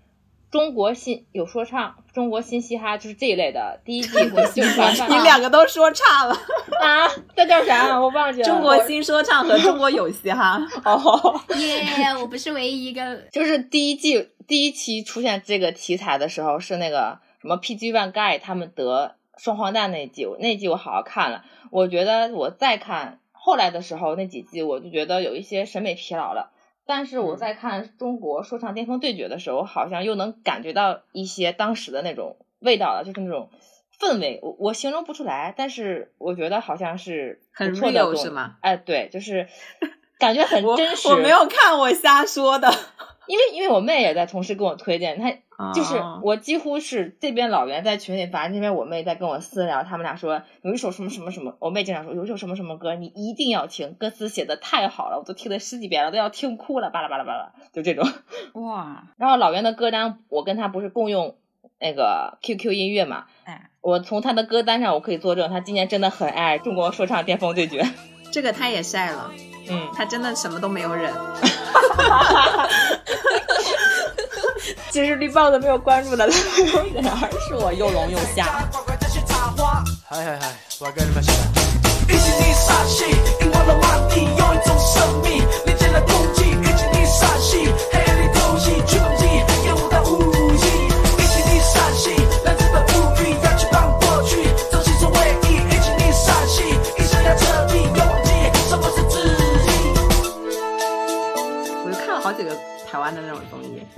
中国新有说唱，中国新嘻哈就是这一类的。第一 *laughs* 季就是翻翻，
你两个都说差了
啊！这叫啥？我忘记了。
中国新说唱和中国有嘻哈。
哦， *laughs*
耶！我不是唯一一个。
就是第一季第一期出现这个题材的时候，是那个什么 PG One Guy 他们得双黄蛋那季，那季我好好看了。我觉得我再看后来的时候那几季，我就觉得有一些审美疲劳了。但是
嗯
我在看《中国说唱巅峰对决》的时候，好像又能感觉到一些当时的那种味道了，就是那种氛围，我我形容不出来，但是我觉得好像是
很
real
是吗？
哎，对，就是感觉很 *laughs* 真实。
我,我没有看，我瞎说的。
因为因为我妹也在同时跟我推荐，
啊
她就是
哦
我几乎是这边老袁在群里发，那边我妹在跟我私聊，他们俩说有一首什么什么什么，我妹经常说有一首什么什么歌，你一定要听，歌词写的太好了，我都听了十几遍了，都要听哭了，巴拉巴拉巴拉，就这种。 *laughs*
哇！
然后老袁的歌单，我跟他不是共用那个 QQ 音乐嘛，
哎，
我从他的歌单上我可以作证，他今年真的很爱中国说唱巅峰对决，
这个他也晒了。
嗯，
他真的什么都没有忍。
*laughs* 其实绿帽子没有关注的，
*laughs*
然而
啊是我又聋又瞎。
嗨嗨嗨，我跟你们说。一起逆煞气，引爆了万地，有一种神秘，连接了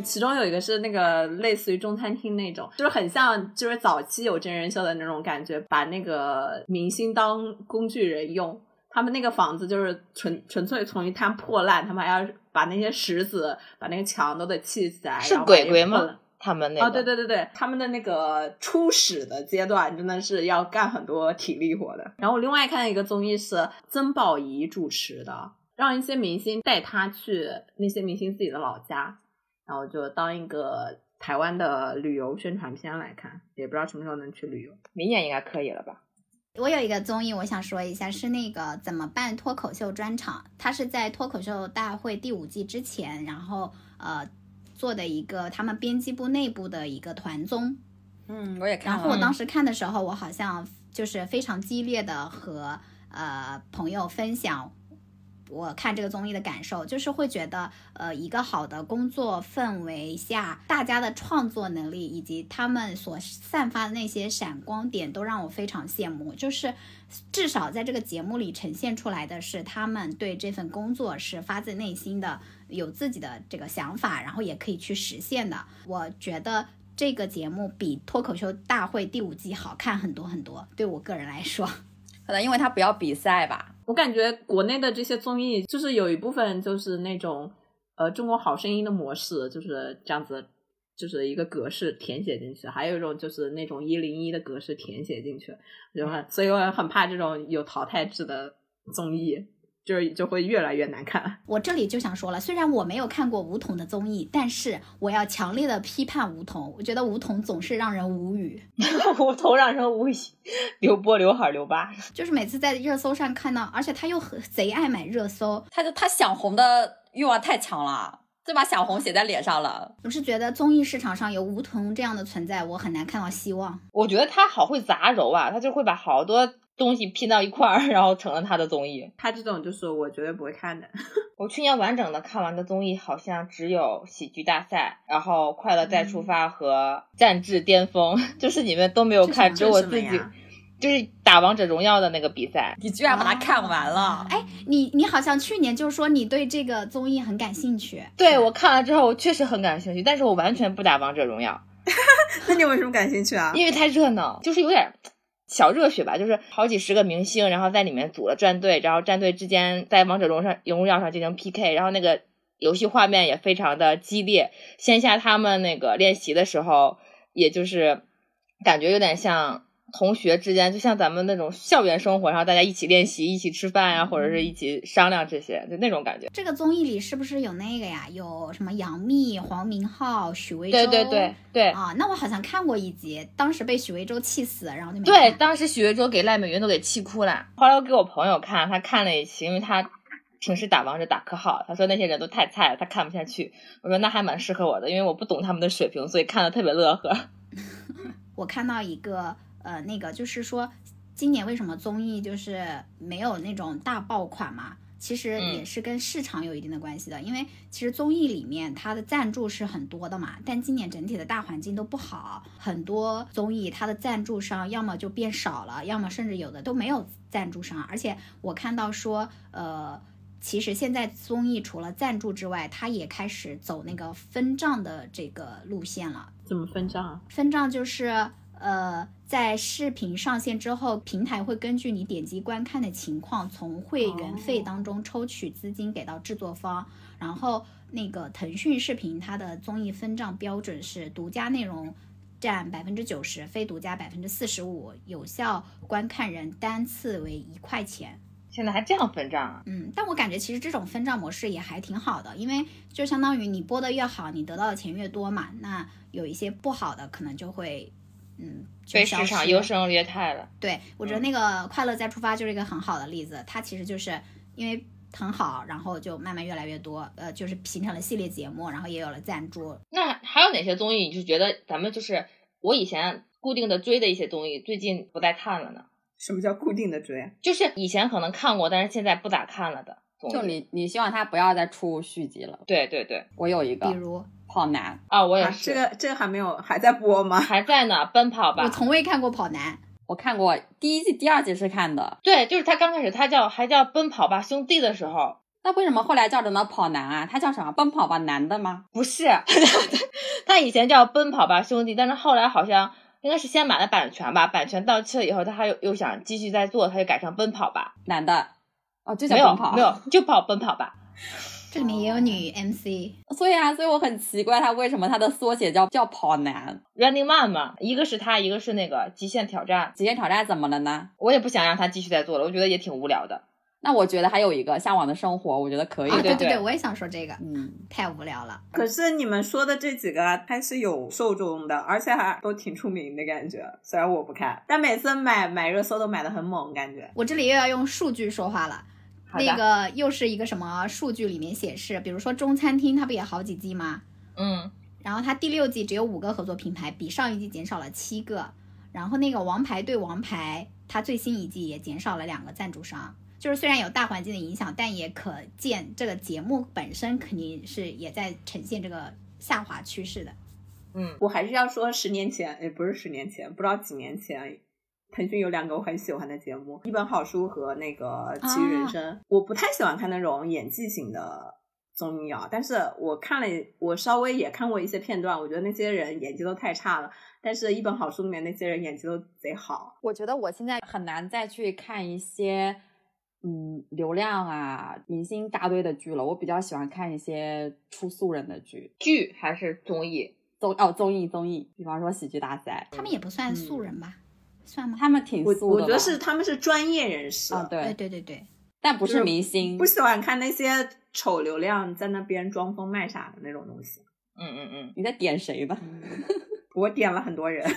其中有一个是那个类似于中餐厅那种，就是很像就是早期有真人秀的那种感觉，把那个明星当工具人用。他们那个房子就是纯纯粹从一滩破烂，他们还要把那些石子、把那个墙都得砌起来。
是
然后把
鬼
这
鬼
个破烂
吗？他们那个
啊
哦，对对对对，他们的那个初始的阶段真的是要干很多体力活的。然后我另外看一个综艺是曾宝仪主持的，让一些明星带他去那些明星自己的老家，然后就当一个台湾的旅游宣传片来看，也不知道什么时候能去旅游。
明年应该可以了吧？ *laughs*
我有一个综艺，我想说一下，是那个怎么办脱口秀专场，它是在脱口秀大会第五季之前，然后呃做的一个他们编辑部内部的一个团综。
嗯，我也看
然
了。
后我当时看的时候，我好像就是非常激烈的和呃朋友分享我看这个综艺的感受，就是会觉得呃一个好的工作氛围下，大家的创作能力以及他们所散发的那些闪光点，都让我非常羡慕。就是至少在这个节目里呈现出来的是，他们对这份工作是发自内心的，有自己的这个想法，然后也可以去实现的。我觉得这个节目比《脱口秀大会》第五季好看很多很多，对我个人来说。 *laughs*
可能因为他不要比赛吧。
我感觉国内的这些综艺，就是有一部分就是那种呃《中国好声音》的模式，就是这样子，就是一个格式填写进去；还有一种就是那种一零一的格式填写进去。我就很，所以我很怕这种有淘汰制的综艺，就是就会越来越难看。
我这里就想说了，虽然我没有看过吴彤的综艺，但是我要强烈的批判吴彤，我觉得吴彤总是让人无语。
无头让人无语，刘波、刘海、刘疤，
就是每次在热搜上看到，而且他又很贼爱买热搜，
他就他想红的欲望太强了，就把想红写在脸上了。
我是觉得综艺市场上有吴彤这样的存在，我很难看到希望。
我觉得他好会杂糅啊，他就会把好多东西拼到一块儿，然后成了他的综艺。
他这种就是我绝对不会看的。
我去年完整的看完的综艺好像只有《喜剧大赛》，然后《快乐再出发》和《战至巅峰》 *laughs* 就是你们都没有看，只有我自己，就是打王者荣耀的那个比赛。
你居然把它
啊
看完了？
哎，你你好像去年就说你对这个综艺很感兴趣，
对我看了之后，我确实很感兴趣，但是我完全不打王者荣耀，
*laughs* 那你为什么感兴趣啊？
因为太热闹，就是有点小热血吧，就是好几十个明星，然后在里面组了战队，然后战队之间在王者荣上荣耀上进行 PK，然后那个游戏画面也非常的激烈。线下他们那个练习的时候，也就是感觉有点像同学之间，就像咱们那种校园生活，然后大家一起练习、一起吃饭啊，或者是一起商量这些，就那种感觉。
这个综艺里是不是有那个呀？有什么杨幂、黄明昊、许魏洲？
对对对对
啊！那我好像看过一集，当时被许魏洲气死，然后就没
对，
看
当时许魏洲给赖美云都给气哭了。后来我给我朋友看，他看了一期，因为他平时打王者打可好，他说那些人都太菜了，他看不下去。我说那还蛮适合我的，因为我不懂他们的水平，所以看的特别乐呵。 *laughs*
我看到一个呃，那个就是说，今年为什么综艺就是没有那种大爆款嘛？其实也是跟市场有一定的关系的，因为其实综艺里面它的赞助是很多的嘛，但今年整体的大环境都不好，很多综艺它的赞助商要么就变少了，要么甚至有的都没有赞助商，而且我看到说，呃，其实现在综艺除了赞助之外，它也开始走那个分账的这个路线了，
怎么分账啊？
分账就是呃，在视频上线之后，平台会根据你点击观看的情况，从会员费当中抽取资金给到制作方。然后那个腾讯视频它的综艺分账标准是独家内容。占百分之九十，非独家百分之四十五，有效观看人单次为一块钱。
现在还这样分账啊？
嗯，但我感觉其实这种分账模式也还挺好的，因为就相当于你播的越好，你得到的钱越多嘛。那有一些不好的可能就会，嗯，就
被
消
市场
失
优嗯胜劣汰了。
对，我觉得那个《快乐再出发》就是一个很好的例子，它其实就是因为很好，然后就慢慢越来越多，呃，就是形成了系列节目，然后也有了赞助。
那还有哪些综艺你就觉得咱们就是我以前固定的追的一些综艺，最近不再看了呢？
什么叫固定的追？啊
就是以前可能看过，但是现在不咋看了的综艺。
就你，你希望他不要再出续集了。
对对对，
我有一个，
比如
跑男
啊，我也
啊，
是，
这个这个还没有还在播吗？
还在呢，奔跑吧
我。从未看过《跑男》，
我看过第一季、第二季是看的，
对，就是他刚开始他叫还叫奔跑吧兄弟的时候，
那为什么后来叫什么跑男啊？他叫什么奔跑吧男的吗？
不是，他以前叫《奔跑吧兄弟》，但是后来好像应该是先买了版权吧，版权到期了以后，他还又又想继续再做，他就改成《奔跑吧
男的，哦，就》，叫
没有
奔跑，
没有，就跑奔跑吧。
这里面
哦
也有女 MC，
所以啊，所以我很奇怪他为什么他的缩写叫叫跑男。
Running Man 嘛，一个是他，一个是那个极限挑战。
极限挑战怎么了呢？
我也不想让他继续再做了，我觉得也挺无聊的。
那我觉得还有一个向往的生活，我觉得可以。
啊，对
对
对，我也想说这个，
嗯，
太无聊了。
可是你们说的这几个啊，它是有受众的，而且还都挺出名的感觉。虽然我不看，但每次买买热搜都买的很猛，感觉。
我这里又要用数据说话了。
好的
那个又是一个什么数据里面显示，比如说中餐厅，它不也好几季吗？
嗯，
然后它第六季只有五个合作品牌，比上一季减少了七个。然后那个《王牌对王牌》，它最新一季也减少了两个赞助商。就是虽然有大环境的影响，但也可见这个节目本身肯定是也在呈现这个下滑趋势的。
嗯，
我还是要说，十年前，也不是十年前，不知道几年前，腾讯有两个我很喜欢的节目，《一本好书》和那个《奇遇
啊
人生》我不太喜欢看那种演技型的综艺啊，但是我看了，我稍微也看过一些片段，我觉得那些人演技都太差了。但是，一本好书里面那些人演技都贼好，
我觉得我现在很难再去看一些嗯流量啊、明星扎堆的剧了。我比较喜欢看一些出素人的剧，
剧还是综艺？
综哦综艺综艺，比方说喜剧大赛，
他们也不算素人
嗯
吧？算吗？
他们挺
我
素的
我觉得
吧
是他们是专业人士，
啊
对
对，
对对对，
但不
就是是
明星
不，喜欢看那些丑流量在那边装疯卖傻的那种东西。
嗯嗯嗯，
你在点谁吧？
我点了很多人， *laughs*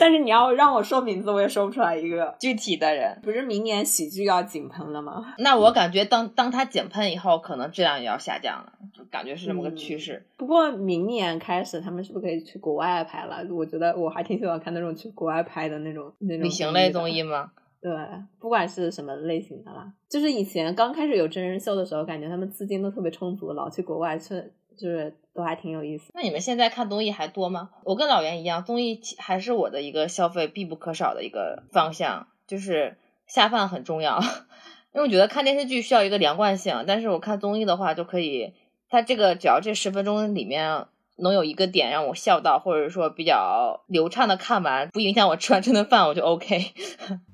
但是你要让我说名字，我也说不出来一个。
具体的人。
不是明年喜剧要井喷了吗？
那我感觉当当他井喷以后，可能质量也要下降了，就感觉是这么个
嗯
趋势。
不过明年开始，他们是不是可以去国外拍了？我觉得我还挺喜欢看那种去国外拍的那种嗯那种
旅行类
综
综
艺
艺
的。
吗？
对，不管是什么类型的啦，就是以前刚开始有真人秀的时候，感觉他们资金都特别充足，老去国外去，就是都还挺有意思。
那你们现在看综艺还多吗？我跟老袁一样，综艺其还是我的一个消费必不可少的一个方向，就是下饭很重要。 *laughs* 因为我觉得看电视剧需要一个连贯性，但是我看综艺的话就可以，它这个只要这十分钟里面能有一个点让我笑到，或者说比较流畅的看完，不影响我吃完这顿饭，我就 OK。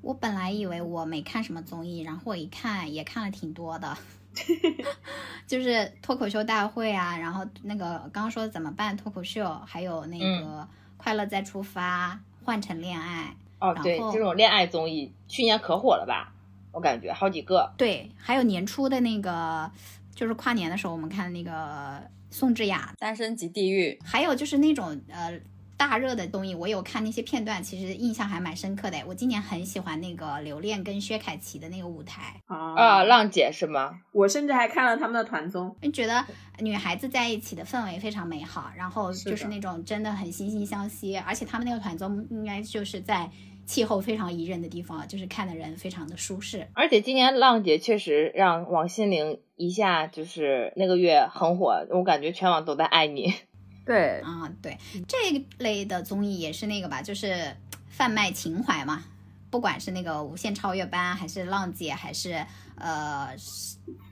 我本来以为我没看什么综艺，然后我一看也看了挺多的，就是脱口秀大会啊，然后那个刚刚说的怎么办脱口秀，还有那个快乐再出发，换成恋爱，
哦，对，
然后
这种恋爱综艺去年可火了吧？我感觉好几个。
对，还有年初的那个，就是跨年的时候我们看那个宋智雅，
单身即地狱，
还有就是那种呃大热的综艺，我有看那些片段，其实印象还蛮深刻的。我今年很喜欢那个刘恋跟薛凯琪的那个舞台，
啊，浪姐是吗？
我甚至还看了他们的团综，
就觉得女孩子在一起的氛围非常美好，然后
是的
就是那种真的很惺惺相惜，而且他们那个团综应该就是在气候非常宜人的地方，啊就是看的人非常的舒适。
而且今年浪姐确实让王心凌一下就是那个月很火，我感觉全网都在爱你。
对，
啊，对，这一类的综艺也是那个吧，就是贩卖情怀嘛。不管是那个无限超越班，还是浪姐，还是呃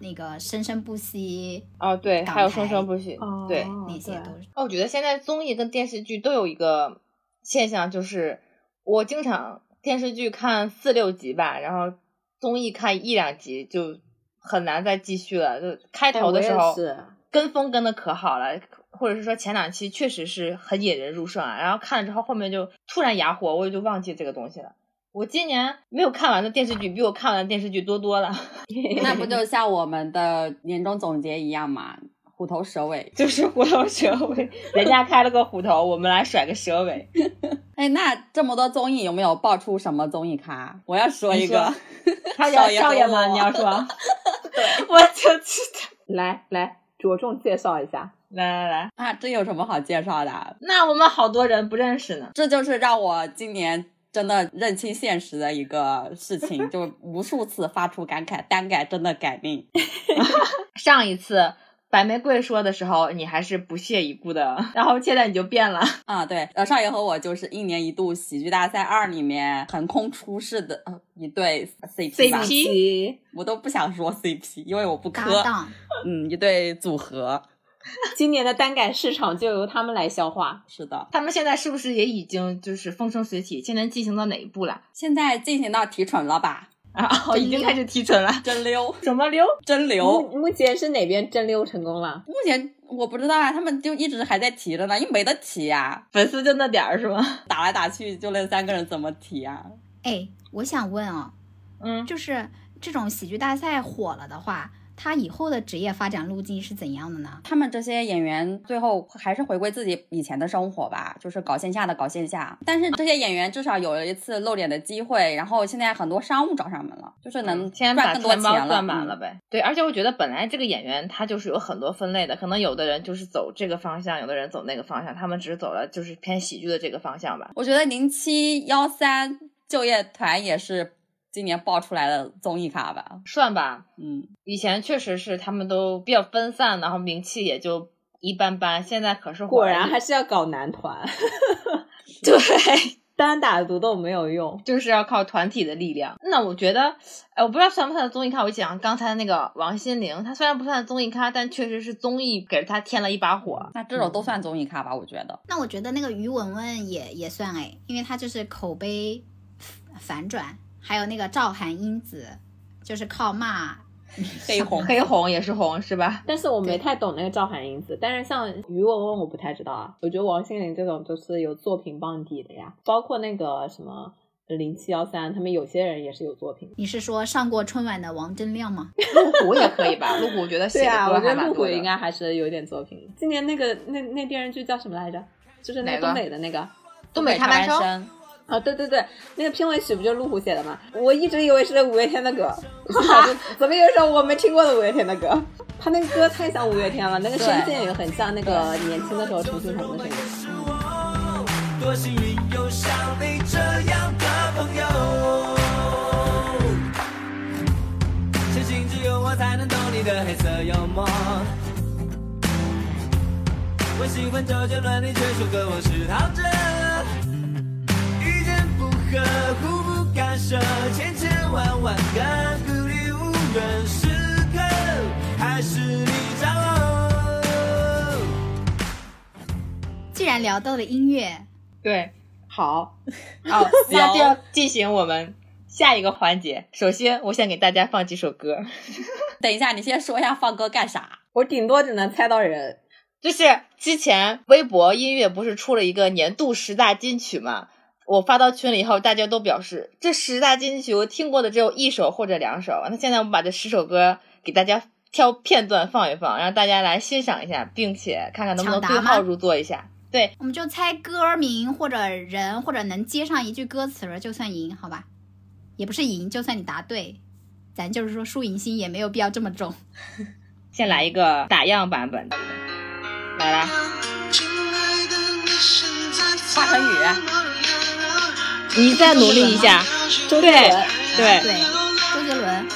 那个生生不息，
哦，对，
港
还有
台
生生不息。对，哦，
那些都是。
我觉得现在综艺跟电视剧都有一个现象，就是我经常电视剧看四六集吧，然后综艺看一两集就很难再继续了。就开头的时候，
是
跟风跟的可好了，或者是说前两期确实是很引人入胜啊，然后看了之后后面就突然哑火，我也就忘记这个东西了。我今年没有看完的电视剧比我看完的电视剧多多了，
*laughs*
*laughs*
那不就像我们的年终总结一样嘛，虎头蛇尾。
就是虎头蛇尾，人家开了个虎头，我们来甩个蛇尾。
哎，那这么多综艺有没有爆出什么综艺咖？我要说一个，
*laughs* 他
*laughs* 少
叫
爷
少爷
和
吗？
我
你要说， *laughs* 我就知道。
来来着重介绍一下，
来来来，
啊，这有什么好介绍的？啊
那我们好多人不认识呢。
这就是让我今年真的认清现实的一个事
*laughs*
情，就无数次发出感慨，单改真的改命。
上一次白玫瑰说的时候，你还是不屑一顾的，然后现在你就变了。
啊、对，呃，少爷和我就是一年一度喜剧大赛二里面横空出世的呃一对 CP
啊
吧
CP
我都不想说 CP，因为我不
搭
磕
档，
嗯，一对组合。
今年的单改市场就由他们来消化。
是的，
他们现在是不是也已经就是风生水起？现在进行到哪一步了？
现在进行到提纯了吧？
啊，已经开始提纯了，
真溜，
什么溜？
真溜。
目目前是哪边真溜成功了？
目前我不知道啊，他们就一直还在提着呢，因为没得提呀、
粉丝就那点儿是吗？ *laughs*
打来打去就那三个人怎么提啊？
哎，我想问哦，
嗯，
就是这种喜剧大赛火了的话，他以后的职业发展路径是怎样的呢？
他们这些演员最后还是回归自己以前的生活吧，就是搞线下的搞线下。但是这些演员至少有了一次露脸的机会，然后现在很多商务找上门了，就是能
嗯先
赚
把
更多
钱包
钱
赚满
嗯
了呗。对，而且我觉得本来这个演员他就是有很多分类的，可能有的人就是走这个方向，有的人走那个方向，他们只是走了就是偏喜剧的这个方向吧。
我觉得零七幺三就业团也是今年爆出来的综艺咖吧。
算吧，
嗯，
以前确实是他们都比较分散，然后名气也就一般般。现在可是火
果
了
然还是要搞男团。 *laughs* 对，单打独斗没有用。
*laughs* 就是要靠团体的力量。那我觉得，哎，我不知道算不算综艺咖。我讲刚才那个王心凌，她虽然不算综艺咖，但确实是综艺给她添了一把火。
那这种都算综艺咖吧？我觉得。
那我觉得那个于文文也也算哎，因为她就是口碑反转，还有那个赵韩英子，就是靠骂
黑红
*laughs* 黑红也是红是吧？ *laughs*
但是我没太懂那个赵涵英子，但是像于文文我不太知道啊。我觉得王心凌这种就是有作品傍底的呀，包括那个什么零七幺三，他们有些人也是有作品。
你是说上过春晚的王真亮吗？
虎也可以吧？路虎我觉得写
对
的
啊，我觉
歌
得
还
路
蛮
虎
多
应
的。
该还是有点作品。今年那个那那电视剧叫什么来着？就是那
哪个
东北的那个
东北插班
生。
啊，对对对，那个片尾曲不就是路虎写的吗？我一直以为是五月天的 *laughs* 歌，我心想说怎么有一首我没听过的五月天的歌？他那个歌太像五月天了，那个声线也很像那个年轻的时候陈星红的声音。
多幸运有像你这样的朋友，相信只有我才能懂你的黑色幽默。我喜欢周杰伦，你却说歌我是陶喆。意见不合，互不干涉，千千万万个孤立无援时刻，还是你掌握。
既然聊到了音乐，
对，好， *laughs* 哦，那就要进行我们下一个环节。首先，我想给大家放几首歌。
等一下，你先说一下放歌干啥？
我顶多只能猜到人，
就是之前微博音乐不是出了一个年度十大金曲嘛？我发到群里以后，大家都表示这十大金曲我听过的只有一首或者两首。那现在我们把这十首歌给大家挑片段放一放，让大家来欣赏一下，并且看看能不能
抢
对
答吗
号入座一下。对，
我们就猜歌名或者人，或者能接上一句歌词儿就算赢，好吧？也不是赢，就算你答对，咱就是说输赢心也没有必要这么重。
先来一个打样版本的，来啦，
华晨宇，
你再努力一下。
周杰
对
伦，
对，
对，周杰伦，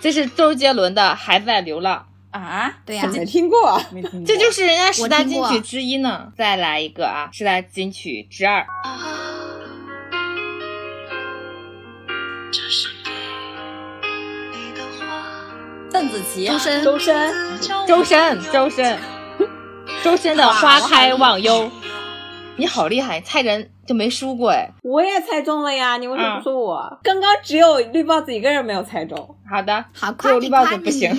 这是周杰伦的《还在流浪》。
啊？
*laughs*
对呀、
没听过。
没听过
这就是人家十大金
我听过
曲之一呢。再来一个啊，十大金曲之二。
邓紫棋、
周深，
周深，
周深，
*laughs*
周深，周深的《花开忘忧》，你好厉害，猜人就没输过哎。
我也猜中了呀！你为什么
嗯
不说我？刚刚只有绿帽子一个人没有猜中。
好的，
好，
只
夸
有绿
你
帽
夸
子
你，
不行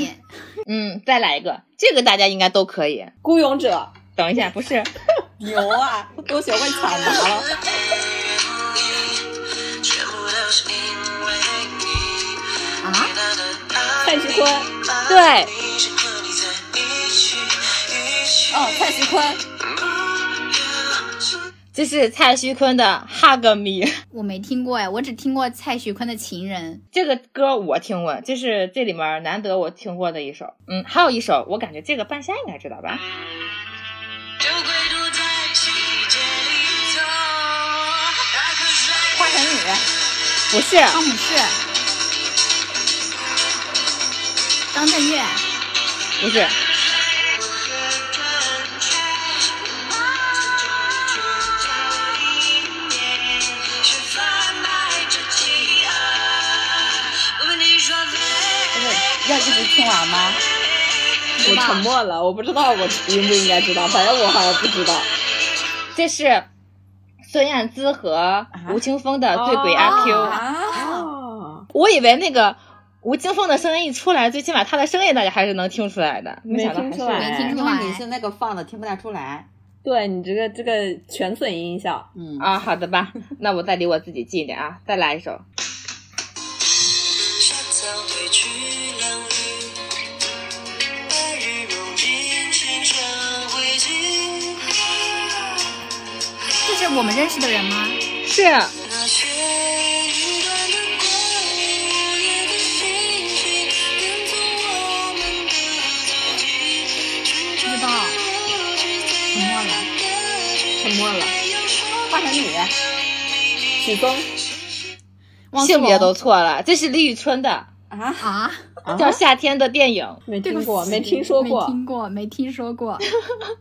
嗯，再来一个，这个大家应该都可以。
孤勇者，
等一下，
*laughs*
不是，
牛啊，都学会抢答了。
啊！
蔡徐坤，
对，
哦，蔡徐坤，
这是蔡徐坤的《Hug Me》，
我没听过哎，我只听过蔡徐坤的《情人
*laughs* 这个歌我听过，这是这里面难得我听过的一首。嗯，还有一首，我感觉这个半夏应该知道吧？
华晨宇，
不是》，
汤姆士，张震岳，
不是，要一直听完吗？
我沉默了，我不知道我应不应该知道，反正我好像不知道。
这是孙燕姿和吴青峰的《醉鬼
哦
阿 Q》我以为那个吴青峰的声音一出来，最起码他的声音大家还是能听出来的，没想到还是
因为
哎
你是那个放的，听不太出来。
对你这个这个全损音效，
嗯
啊，好的吧，那我再离我自己近一点啊，再来一首。
这是我们认识的人吗？
是。啊
不知道，沉默了，
沉默了。
华晨宇，
许嵩，
性别都错了，这是李宇春的
啊
啊，叫《夏天的电影》，
没
对不
听过，
起
没听说过啊
没。听过，没听说过。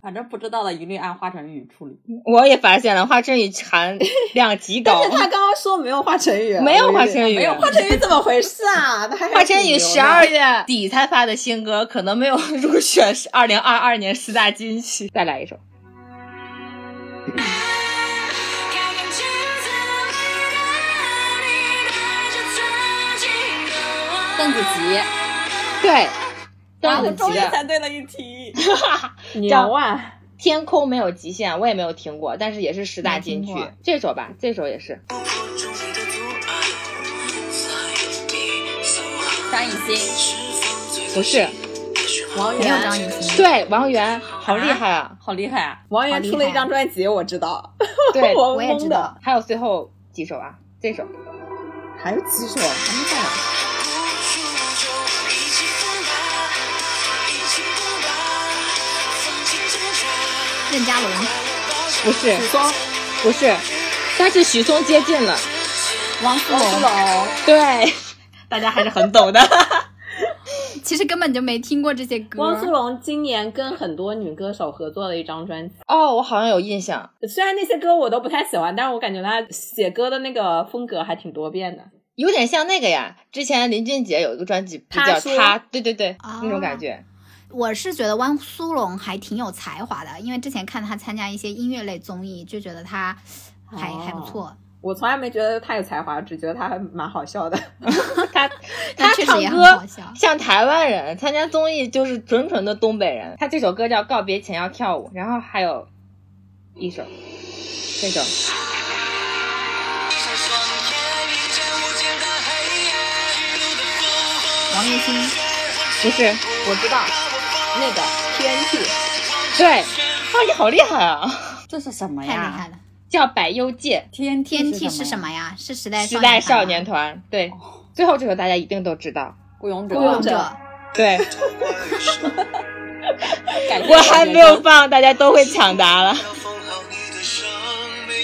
反正不知道的一律按华晨宇处理。
我也发现了，华晨宇含量极高。
但是他刚刚说没有华晨宇，
没有华
我
晨
以
宇，
为没有华晨宇，怎么回事啊？他还
华晨宇十
啊
二
挺牛的
月底才发的新歌，可能没有 *laughs* 入选二零二二年十大金曲。再来一首，
邓紫棋，
对，
啊，我
邓紫
终于
棋的
猜对了一题，
《
牛啊！
天空没有极限》，我也没有听过，但是也是十大金曲
没听过。
这首吧，这首也是。
张艺兴，
不是，
王
没有
源，
张雨绮，
对，王源，好厉害啊！
好厉害啊！
王源
好厉
出了一
害
张专辑，我知道，*laughs*
对，
我
我也
懵
知
的
道。
还有最后几首啊，这首
还有几首？还没看呢。
任嘉伦，
不是
许嵩、
不是，但是许嵩接近了。
汪苏
王
泷
苏，泷，
对， *laughs* 大家还是很懂的。
其实根本就没听过这些歌。
汪苏泷今年跟很多女歌手合作了一张专辑，
哦，我好像有印象，
虽然那些歌我都不太喜欢，但是我感觉他写歌的那个风格还挺多变的。
有点像那个呀。之前林俊杰有一个专辑不叫
他
《
说
他》，对对对，
啊
那种感觉。
我是觉得汪苏泷还挺有才华的，因为之前看他参加一些音乐类综艺，就觉得他还、
哦
还不错。
我从来没觉得他有才华，只觉得他还蛮好笑的。
他
但
他
确
唱
实也很
歌
好笑。
像台湾人，参加综艺就是纯纯的东北人。他这首歌叫《告别前要跳舞》，然后还有一首，这首
王栎鑫，
不是
我知道那个 TNT
对。哇，你好厉害啊！
这是什
哎
么
太厉害
呀？
了！
叫《百忧界
天
天
梯
梯是什么
呀？
呀？是时代》，
时代少年
年啊团
团。对，最后这首大家一定都知道。
孤勇者，
吗孤勇
者
者。
对，
感觉
我还没有放，大家都会抢答了。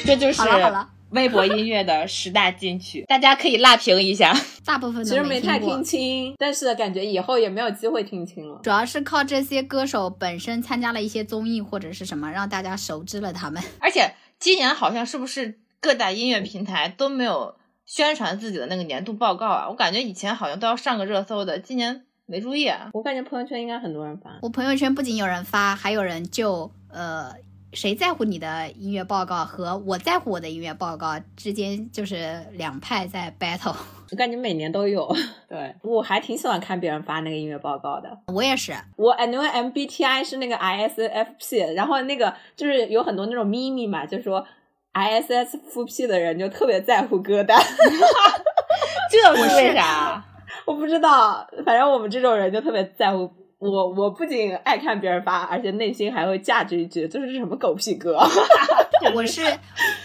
这就是
好了好了，
微博音乐的十大金曲，大家可以辣评一下。 *laughs*
大部分
其
都
实没太
听过
听。清，但是感觉以后也没有机会听清了。
主要是靠这些歌手本身参加了一些综艺或者是什么，让大家熟知了他们。 *laughs*
而且今年好像是不是各大音乐平台都没有宣传自己的那个年度报告啊？我感觉以前好像都要上个热搜的，今年没注意啊。
我感觉朋友圈应该很多人发。
我朋友圈不仅有人发，还有人就呃，谁在乎你的音乐报告和我在乎我的音乐报告之间，就是两派在 battle。
我感觉每年都有，
对，
我还挺喜欢看别人发那个音乐报告的。
我也是，
我 I know MBTI 是那个 ISFP，然后那个就是有很多那种秘密嘛，就说 ISFP 的人就特别在乎歌单。 *laughs*
这是为啥？
我不知道，反正我们这种人就特别在乎。我我不仅爱看别人发，而且内心还会价值一句，就是这什么狗屁歌。啊
我是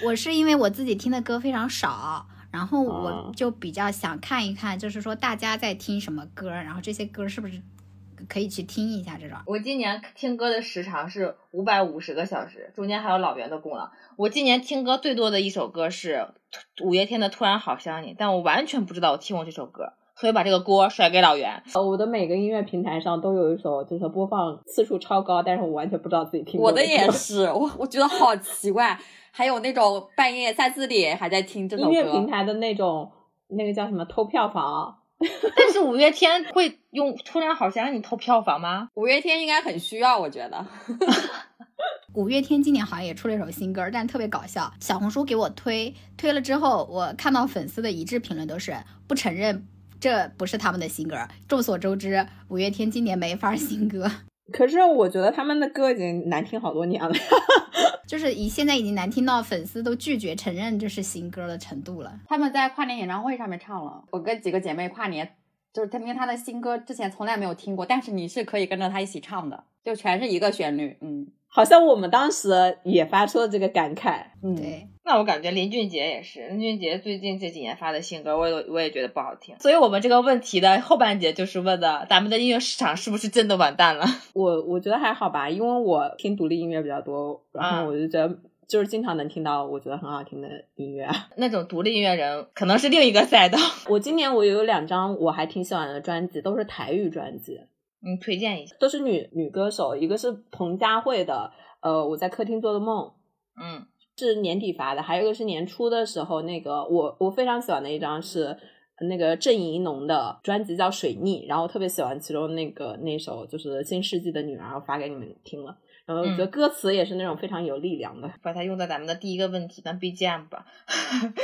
我是因为我自己听的歌非常少，然后我
哦
就比较想看一看，就是说大家在听什么歌，然后这些歌是不是可以去听一下这种。
我今年听歌的时长是五百五十个小时，中间还有老袁的功劳。我今年听歌最多的一首歌是五月天的《突然好想你》，但我完全不知道我听过这首歌。所以把这个锅甩给老袁。
呃，我的每个音乐平台上都有一首，就是播放次数超高，但是我完全不知道自己听过
我
的
的也
歌
是，我我觉得好奇怪，还有那种半夜在字典还在听这首
音
歌。
乐平台的那种，那个叫什么偷票房，
但是五月天会用《突然好想你》偷票房吗？
五月天应该很需要，我觉得。
五月天今年好像也出了一首新歌，但特别搞笑。小红书给我推，推了之后，我看到粉丝的一致评论都是不承认这不是他们的新歌。众所周知，五月天今年没法儿新歌， *laughs*
可是我觉得他们的歌已经难听好多年了。 *laughs*
就是以现在已经难听到粉丝都拒绝承认这是新歌的程度了。
他们在跨年演唱会上面唱了，我跟几个姐妹跨年，就是他们他的新歌之前从来没有听过，但是你是可以跟着他一起唱的，就全是一个旋律，嗯，
好像我们当时也发出了这个感慨，
嗯，
对，
那我感觉林俊杰也是，林俊杰最近这几年发的新歌，我也我也觉得不好听。所以我们这个问题的后半节就是问的，咱们的音乐市场是不是真的完蛋了？ *laughs*
我我觉得还好吧，因为我听独立音乐比较多，然
啊
嗯
后我就觉得就是经常能听到我觉得很好听的音乐。啊
那种独立音乐人可能是另一个赛道，
*laughs*
*laughs*
我今年我有两张我还挺喜欢的专辑，都是台语专辑，
你嗯推荐一下。
都是女女歌手，一个是彭佳慧的，呃，我在客厅做的梦。
嗯，
是年底发的，还有一个是年初的时候，那个我我非常喜欢的一张是那个郑怡农的专辑叫《水逆》，然后我特别喜欢其中那个那首就是《新世纪的女儿》，我发给你们听了，然后我觉得
嗯
歌词也是那种非常有力量的。
把它用在咱们的第一个问题当 BGM 吧。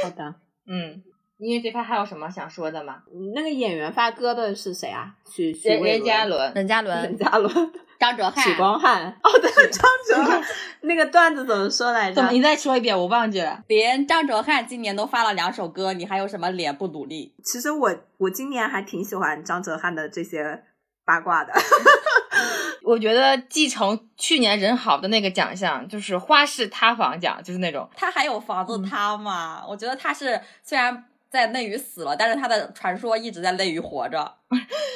好的，
嗯，音乐这块还有什么想说的吗？
嗯那个演员发歌的是谁啊？许许
任
魏
任嘉伦，
任嘉
任
伦、
嘉伦、
张哲
嗯许
瀚、
光汉。哦，对，张哲瀚那个段子怎么说来着？
怎么你再说一遍？我忘记了。
连张哲瀚今年都发了两首歌，你还有什么脸不努力？
其实我我今年还挺喜欢张哲瀚的这些八卦
*laughs*
的。
我觉得继承去年人好的那个奖项，就是花式塌房奖，就是那种
他还有房子塌吗？我觉得他是虽然在内娱死了，但是他的传说一直在内娱活着。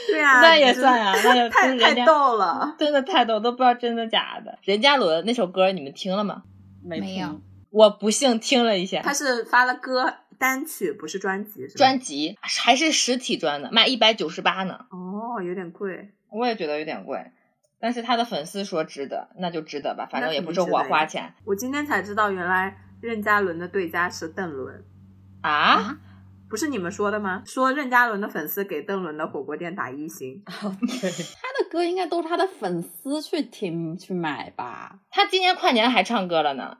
对啊，
那也
就是
算啊
*laughs*
那也
太
人家
太逗了。
*laughs* 真的太逗，都不知道真的假的。任嘉伦那首歌你们听了吗？
没
没
听
有
我不幸听了一下，
他是发了歌单曲，不是专辑，是吧
专辑还是实体专的，卖一百九十八呢。
哦，有点贵。
我也觉得有点贵，但是他的粉丝说值得，那就值得吧，反正
那
也
肯
不
定
是我
值得呀
花钱
我今天才知道，原来任嘉伦的对家是邓伦，
啊。
不是你们说的吗？说任嘉伦的粉丝给邓伦的火锅店打一星。
他的歌应该都是他的粉丝去听去买吧。
他今年跨年还唱歌了呢，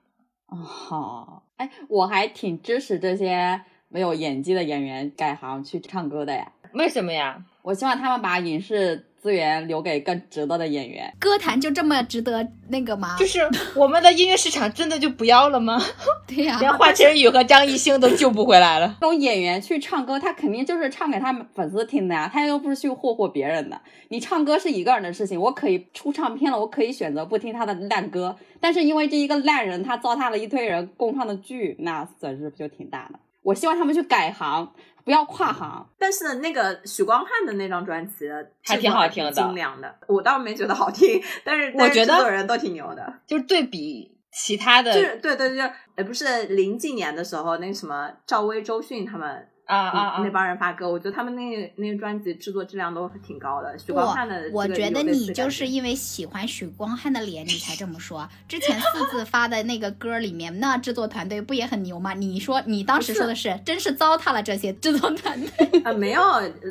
哦，好，哎，我还挺支持这些没有演技的演员改行去唱歌的呀。
为什么 *laughs* 呀？
我希望他们把影视资源留给更值得的演员。
歌坛就这么值得那个吗？
就是我们的音乐市场真的就不要了 *laughs* 吗？
对呀、
连华晨宇和张艺兴都救不回来了。
那种演员去唱歌，他肯定就是唱给他们粉丝听的呀，他又不是去霍霍别人的。你唱歌是一个人的事情，我可以出唱片了，我可以选择不听他的烂歌，但是因为这一个烂人，他糟蹋了一堆人共创的剧，那损失不就挺大的？我希望他们去改行，不要跨行。
但是那个许光汉的那张专辑
还挺好听的
制作还挺精良的。我倒没觉得好听，但是
我
但是
觉得
制作人都挺牛的。
就是对比其他的
就是对对，就是呃，不是零几年的时候，那什么赵薇、周迅他们
啊啊啊
那帮人发歌，我觉得他们那个那个专辑制作质量都挺高的。许
不
光汉的，
我
这个
觉
有
得
类似
你
感
就
觉
是因为喜欢许光汉的脸，你才这么说。之前四字发的那个歌里面，那制作团队不也很牛吗？你说你当时说的是，真是糟蹋了这些制作团队。
啊，没有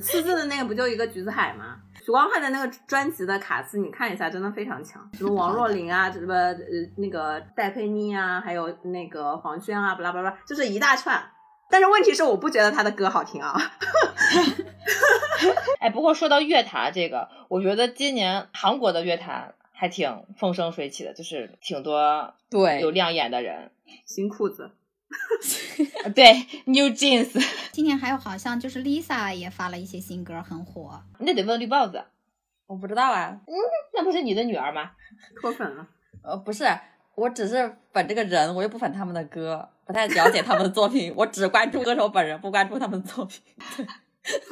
四字的那个不就一个橘子海吗？许光汉的那个专辑的卡司，你看一下，真的非常强，什么王若琳啊，什么呃那个戴佩妮啊，还有那个黄轩啊，巴拉巴拉，就是一大串。但是问题是，我不觉得他的歌好听啊。 *laughs*
哎，不过说到乐坛这个，我觉得今年韩国的乐坛还挺风生水起的，就是挺多
对
有亮眼的人。呃
新裤子，
对，New Jeans， *laughs*
今年还有好像就是 Lisa 也发了一些新歌，很火。
那得问绿帽子，
我不知道啊，
那不是你的女儿吗？
脱粉了。
呃，不是，我只是粉这个人，我又不粉他们的歌，不太了解他们的作品，我只关注歌手本人，不关注他们的作品。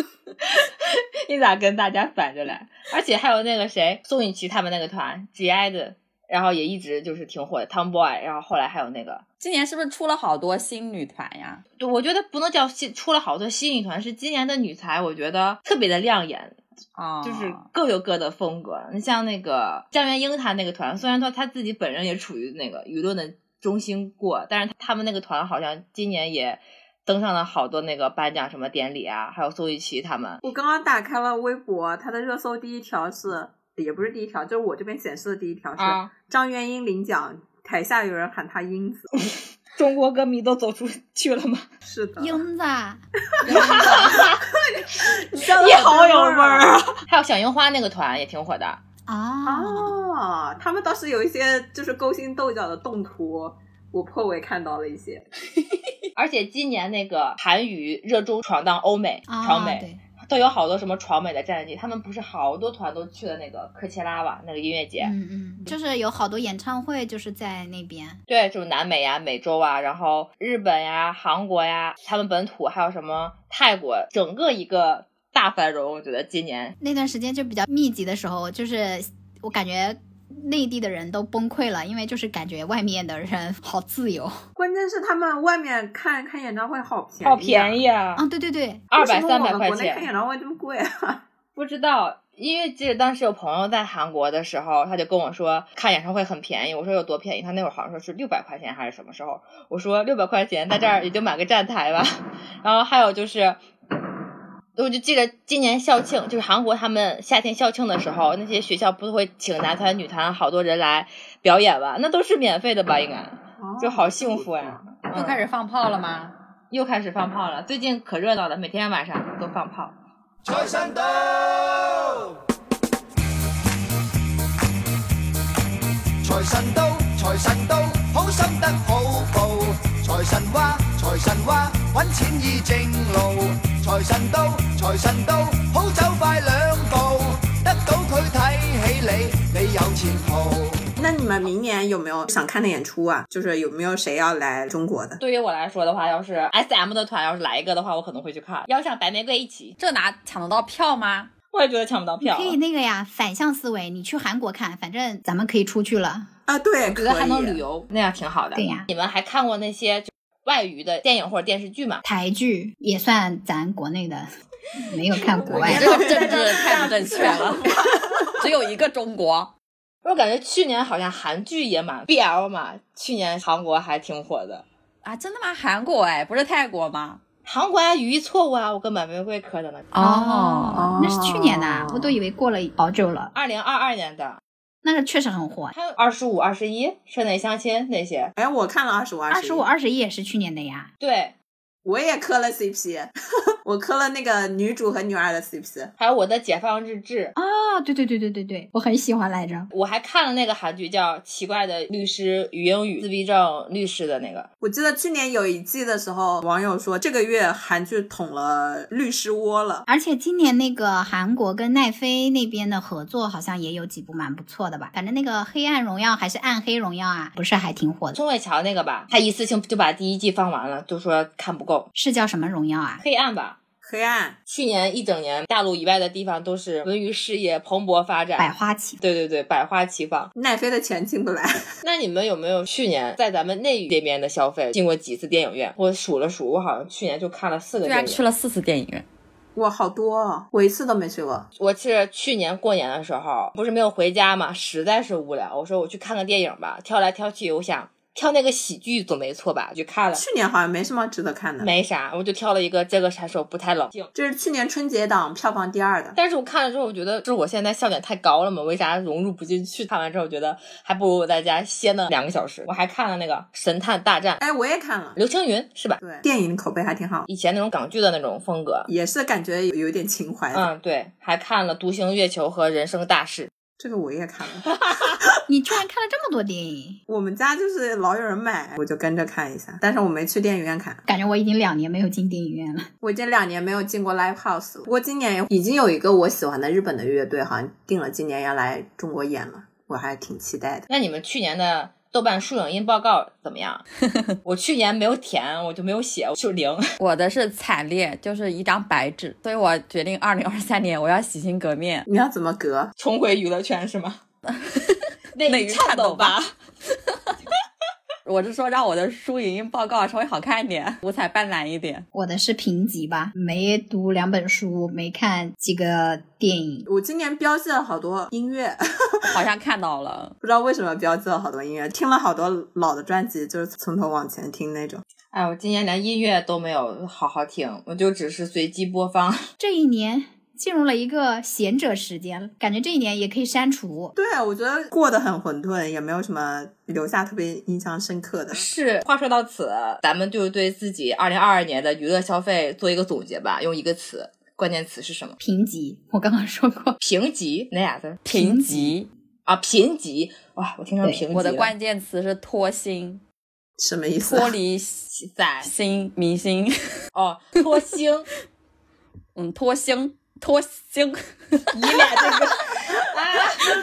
*laughs*
你咋跟大家反着来？而且还有那个谁，宋雨琦他们那个团 G I 的然后也一直就是挺火的 Tomboy，然后后来还有那个，
今年是不是出了好多新女团呀？
对，我觉得不能叫新，出了好多新女团，是今年的女才，我觉得特别的亮眼。
啊、
就是各有各的风格。你像那个张元英，她那个团，虽然说她自己本人也处于那个舆论的中心过，但是他们那个团好像今年也登上了好多那个颁奖什么典礼啊，还有苏一琦他们。
我刚刚打开了微博，它的热搜第一条是，也不是第一条，就是我这边显示的第一条是、
啊
张元英领奖，台下有人喊她英子。 *laughs*
中国歌迷都走出 *laughs* 去了吗？
是的，
英子，啊
你好有味儿啊！ *laughs* 还有小樱花那个团也挺火的，
啊，
哦，他们倒是有一些就是勾心斗角的动图，我颇为看到了一些。
而且今年那个韩娱热衷闯荡欧美、
啊
闯美，
对，
都有好多什么闯美的战绩。他们不是好多团都去了那个科切拉瓦那个音乐节，
嗯嗯，就是有好多演唱会就是在那边，
对，就是南美呀、美洲啊，然后日本呀、韩国呀，他们本土还有什么泰国，整个一个大繁荣。我觉得今年
那段时间就比较密集的时候，就是我感觉内地的人都崩溃了，因为就是感觉外面的人 *laughs* 好自由
关键是他们外面看看演唱会好便宜、
好便
宜，
宜啊，
啊，对对对，
二百三
为什
百
么我们
块
国内看
钱，
演唱会这么贵啊？ *laughs*
不知道。因为记得当时有朋友在韩国的时候，他就跟我说看演唱会很便宜，我说有多便宜？他那会儿好像说是六百块钱还是什么时候？我说六百块钱在这儿也就买个站台吧。 *laughs* 然后还有就是，我就记得今年校庆，就是韩国他们夏天校庆的时候，那些学校不是会请男团、女团好多人来表演吧？那都是免费的吧？应该就好哦幸福啊呀、嗯
又开始放炮了吗？
又开始放炮了，最近可热闹了，每天晚上都放炮。
穿山斗，財神到，財神到，好心得好報。財神話，財神話，揾錢易正路。財神到，財神到，好走快兩步。得到佢睇起你，你有前途。
那你们明年有没有想看的演出啊？就是有没有谁要来中国的？
对于我来说的话，要是 S M 的团要是来一个的话，我可能会去看。要像白玫瑰一起，
这哪抢得到票吗？
我也觉得抢不到
你
票
可。以那个呀，反向思维，你去韩国看，反正咱们可以出去了。
啊，对，
觉
可
得
以。
还能旅游，那样挺好的。
对呀
你们还看过那些就外语的电影或者电视剧吗？
台剧也算咱国内的，没有看国外
你
的。
哎这个政治太不正确了， *laughs* 只有一个中国。
我感觉去年好像韩剧也蛮 BL 嘛，去年韩国还挺火的。
啊，真的吗？韩国哎，不是泰国吗？
韩国啊，语义错误啊，我跟满玫瑰磕的呢。
哦
哦，那是去年的啊，我都以为过了好久了。
二零二二年的，
那个确实很火，
还有二十五、二十一，社内相亲那些。
哎，我看了二十五，
二十五、，二十一也是去年的呀。
对，
我也磕了 CP，我 *laughs* 磕了那个女主和女二的 CP。
还有我的解放日志。
啊，对对对对对对，我很喜欢来着。
我还看了那个韩剧叫《奇怪的律师与英语自闭症律师》的那个，
我记得去年有一季的时候，网友说这个月韩剧捅了律师窝了。
而且今年那个韩国跟奈飞那边的合作好像也有几部蛮不错的吧，反正那个《黑暗荣耀》还是《暗黑荣耀》啊，不是还挺火的，
宋慧乔那个吧，她一次性就把第一季放完了，就说看不够，
是叫什么荣耀啊？
黑暗吧。
黑暗，
去年一整年，大陆以外的地方都是文娱事业蓬勃发
百
展，
花齐
对对对，百花齐放。
奈飞的钱进不来。
那你们有没有去年在咱们内娱这边的消费进过几次电影院？我数了数，我好像去年就看了四个
居
电
然啊
影。
去了四次电影院。
哇，好多、哦，我一次都没去过。
我是去年过年的时候，不是没有回家嘛，实在是无聊，我说我去看个电影吧。挑来挑去，我想挑那个喜剧总没错吧，我就看了，
去年好像没什么值得看的，
没啥，我就挑了一个《这个杀手不太冷静》。
这是去年春节档票房第二的。
但是我看了之后，我觉得就是我现在笑点太高了嘛，为啥融入不进去？看完之后，我觉得还不如我在家歇那两个小时。我还看了那个《神探大战》，
哎，我也看了，
刘青云是吧？
对，电影口碑还挺好，
以前那种港剧的那种风格。
也是感觉有有点情怀的。
嗯，对，还看了《独行月球》和《人生大事
这个我也看了，
你居然看了这么多电影，
我们家就是老有人买，我就跟着看一下，但是我没去电影院看。
感觉我已经两年没有进电影院了。
我已经两年没有进过 live house 了，不过今年已经有一个我喜欢的日本的乐队，好像定了今年要来中国演了，我还挺期待的》。。
那你们去年的豆瓣树影音报告怎么样？ *laughs* 我去年没有填，我就没有写，我就零。
我的是惨烈，就是一张白纸，所以我决定二零二三年我要洗心革面。
你要怎么隔？
*laughs* 重回娱乐圈是吗？
内娱颤抖吧。我是说，让我的书影音报告稍微好看一点，五彩斑斓一点。
我的是评级吧，没读两本书，没看几个电影。
我今年标记了好多音乐， *laughs*
好像看到了，
不知道为什么标记了好多音乐，听了好多老的专辑，就是从头往前听那种。
*laughs* 哎，我今年连音乐都没有好好听，我就只是随机播放。
这一年进入了一个闲者时间，感觉这一年也可以删除。
对，啊我觉得过得很混沌，也没有什么留下特别印象深刻的。
是，话说到此，咱们就对自己二零二二年的娱乐消费做一个总结吧，用一个词，关键词是什么？
评级，我刚刚说过，
评级哪俩字儿？
评级
啊，评级！哇，我听成评级了。
我的关键词是脱 *laughs* 星。
什么意思、啊？
脱离仔星明 *laughs* 星
哦，脱星，
嗯，脱星，脱星，
你俩这个啊，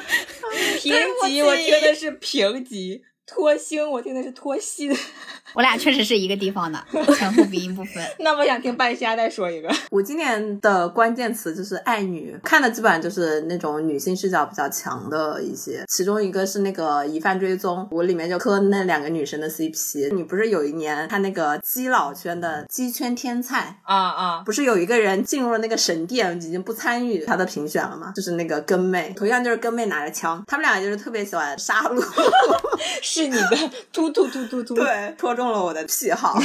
*laughs* 评级我听的是评级，脱星我听的是脱心， *laughs*
我俩确实是一个地方的，全部鼻音不分。
那我想听半夏再说一个，
我今年的关键词就是爱女，看的基本上就是那种女性视角比较强的一些，其中一个是那个《疑犯追踪》，我里面就磕那两个女生的 CP。你不是有一年看那个基佬圈的鸡圈天菜
啊啊，
不是有一个人进入了那个神殿，已经不参与他的评选了吗？就是那个根妹，同样就是根妹拿着枪，他们俩就是特别喜欢杀戮，
是你的突突突突突，
*laughs* 对，戳中。中了我的癖 *laughs* 好。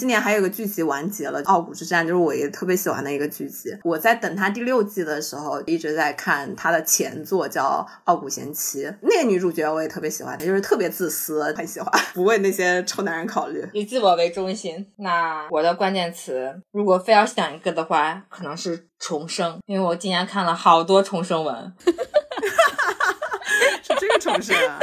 今年还有个剧集完结了，《傲骨之战》就是我也特别喜欢的一个剧集。我在等它第六季的时候，一直在看它的前作叫《傲骨贤妻》，那个女主角我也特别喜欢，就是特别自私，很喜欢， *laughs* 不为那些臭男人考虑，
以自我为中心。那我的关键词，如果非要想一个的话，可能是重生，因为我今年看了好多重生文。
是这个重生啊！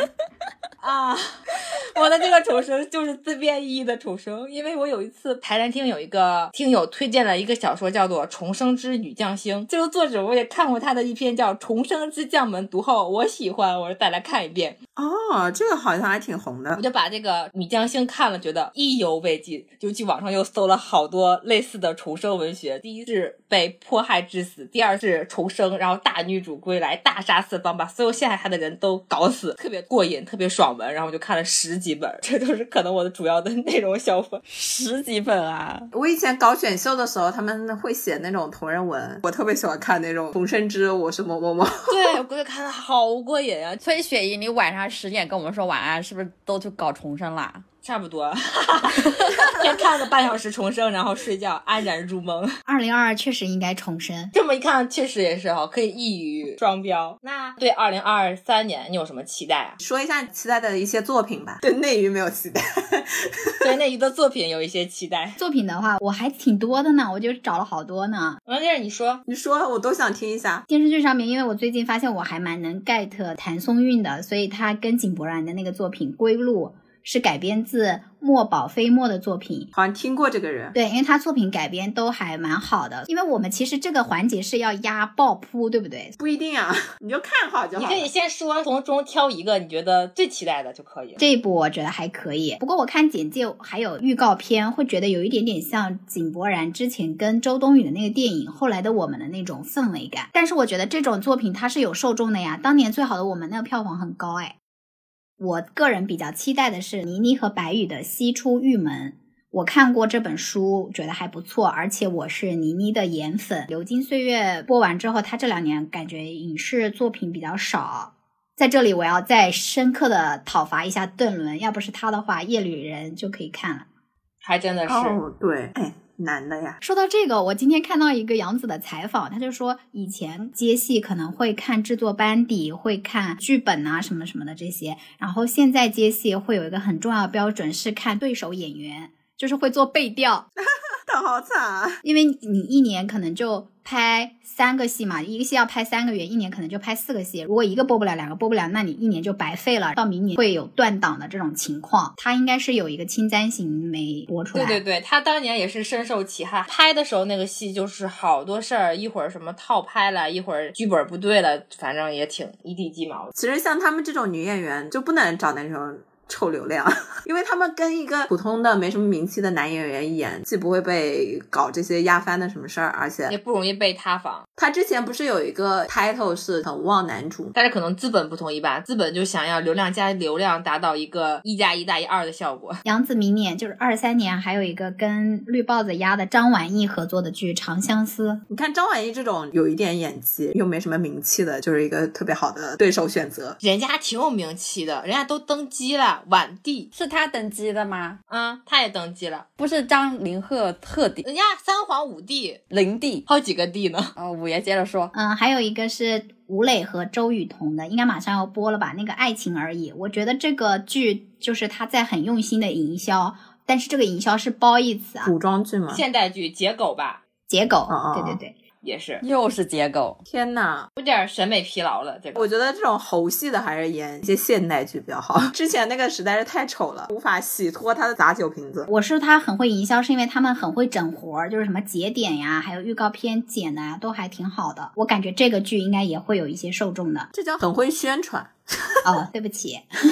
啊， *laughs* 我的这个重生就是自编意义的重生，因为我有一次台南听有一个听友推荐了一个小说，叫做《重生之女将星》。这个作者我也看过他的一篇叫《重生之将门》，读后我喜欢，我再来看一遍。
*laughs* 哦，这个好像还挺红的。
我就把这个女将星看了，觉得意犹未尽，就去网上又搜了好多类似的重生文学。第一是被迫害致死，第二是重生，然后大女主归来，大杀四方，把所有陷害她的人都搞死，特别过瘾，特别爽。文，然后我就看了十几本，这都是可能我的主要的内容消费。
十几本啊！
我以前搞选秀的时候，他们会写那种同人文，我特别喜欢看那种《重生之我是某某某》。
对，我估计看的好过瘾啊！
所以雪姨，你晚上十点跟我们说晚安，是不是都去搞重生啦？
差不多， *laughs* 先看个半小时重生，然后睡觉，安然入梦。
二零二二确实应该重生，
这么一看，确实也是哈，可以一语双标。那对二零二三年你有什么期待啊？
说一下期待的一些作品吧。对内娱没有期待，
对内娱的作品有一些期待。
作品的话，我还挺多的呢，我就找了好多呢。
王姐，你说，
你说，我都想听一下。
电视剧上面，因为我最近发现我还蛮能 get 谭松韵的，所以她跟井柏然的那个作品《归路》。是改编自墨宝非墨的作品，
好像听过这个人。
对，因为他作品改编都还蛮好的。因为我们其实这个环节是要压爆扑，对不对？
不一定啊， *laughs* 你就看好就
好。你可以先说，从中挑一个你觉得最期待的就可以。
这一部我觉得还可以，不过我看简介还有预告片，会觉得有一点点像井柏然之前跟周冬雨的那个电影《后来的我们》的那种氛围感。但是我觉得这种作品它是有受众的呀，当年《最好的我们》那个票房很高哎。我个人比较期待的是倪妮和白宇的《西出玉门》，我看过这本书，觉得还不错，而且我是倪妮的颜粉。《流金岁月》播完之后，她这两年感觉影视作品比较少，在这里我要再深刻的讨伐一下邓伦，要不是他的话，《夜旅人》就可以看了，
还真的是
哦，对，哎。男的呀，
说到这个，我今天看到一个杨紫的采访，他就说以前接戏可能会看制作班底，会看剧本啊什么什么的这些，然后现在接戏会有一个很重要的标准是看对手演员，就是会做背调。
他好惨啊，
因为你一年可能就拍三个戏嘛，一个戏要拍三个月，一年可能就拍四个戏，如果一个播不了，两个播不了，那你一年就白费了，到明年会有断档的这种情况。他应该是有一个清单型没播出来。
对对对，他当年也是深受其害，拍的时候那个戏就是好多事儿，一会儿什么套拍了，一会儿剧本不对了，反正也挺一地鸡毛。
其实像他们这种女演员就不能找那种。臭流量， *laughs* 因为他们跟一个普通的没什么名气的男演员演，既不会被搞这些压翻的什么事儿，而且
也不容易被塌房。
他之前不是有一个 title 是很望男主， *laughs*
但是可能资本不同意吧，资本就想要流量加流量达到一个一加一大于二的效果。
杨紫明年就是二三年，还有一个跟绿帽子压的张晚意合作的剧《长相思》。
你看张晚意这种有一点演技又没什么名气的，就是一个特别好的对手选择。
人家挺有名气的，人家都登基了，晚帝
是他登基的吗？
嗯，他也登基了，
不是张凌赫特帝，
人家三皇五帝、
灵帝，
好几个帝呢。
哦，五爷接着说，
嗯，还有一个是吴磊和周雨彤的，应该马上要播了吧？那个《爱情而已》，我觉得这个剧就是他在很用心的营销，但是这个营销是褒义词啊，
古装剧吗？
现代剧《解狗》吧，
解狗，
哦哦
对对对。
也是，
又是结构，
天呐，
有点审美疲劳了。这个
我觉得这种猴戏的还是演一些现代剧比较好。之前那个实在是太丑了，无法洗脱他的砸酒瓶子。
我说他很会营销，是因为他们很会整活儿，就是什么节点呀，还有预告片剪的呀，都还挺好的。我感觉这个剧应该也会有一些受众的。
这叫很会宣传。
哦，对不起。 *laughs*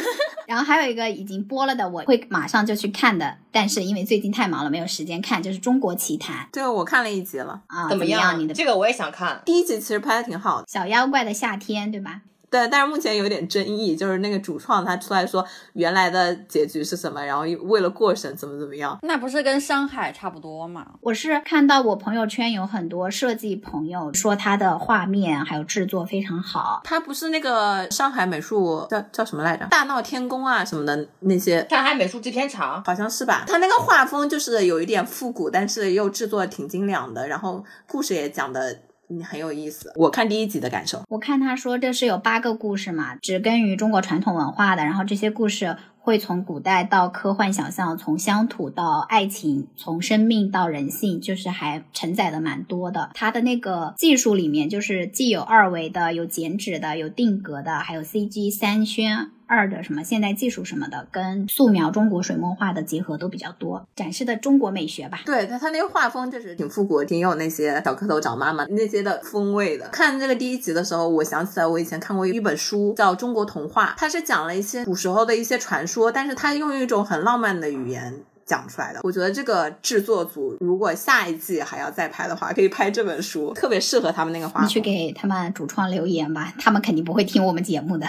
然后还有一个已经播了的，我会马上就去看的，但是因为最近太忙了，没有时间看，就是《中国奇谭》
这个我看了一集了，
啊，
怎
么
样？
你的
这个我也想看。
第一集其实拍的挺好的，
小妖怪的夏天，对吧？
对，但是目前有点争议，就是那个主创他出来说原来的结局是什么，然后为了过审怎么怎么样。
那不是跟上海差不多吗？
我是看到我朋友圈有很多设计朋友说他的画面还有制作非常好，
他不是那个上海美术叫叫什么来着？大闹天宫啊什么的那些，
上海美术制片厂
好像是吧？他那个画风就是有一点复古，但是又制作得挺精良的，然后故事也讲的很有意思。我看第一集的感受，
我看他说这是有八个故事嘛，植根于中国传统文化的，然后这些故事会从古代到科幻想象，从乡土到爱情，从生命到人性，就是还承载的蛮多的。它的那个技术里面，就是既有二维的，有剪纸的，有定格的，还有 CG 三宣。二的什么现代技术什么的，跟素描中国水墨画的结合都比较多，展示的中国美学吧。
对他他那个画风就是挺复古，挺有那些小蝌蚪找妈妈那些的风味的。看这个第一集的时候，我想起来我以前看过一本书叫《中国童话》，它是讲了一些古时候的一些传说，但是它用一种很浪漫的语言。讲出来的，我觉得这个制作组如果下一季还要再拍的话，可以拍这本书，特别适合他们那个画
你
风。
去给他们主创留言吧，他们肯定不会听我们节目的。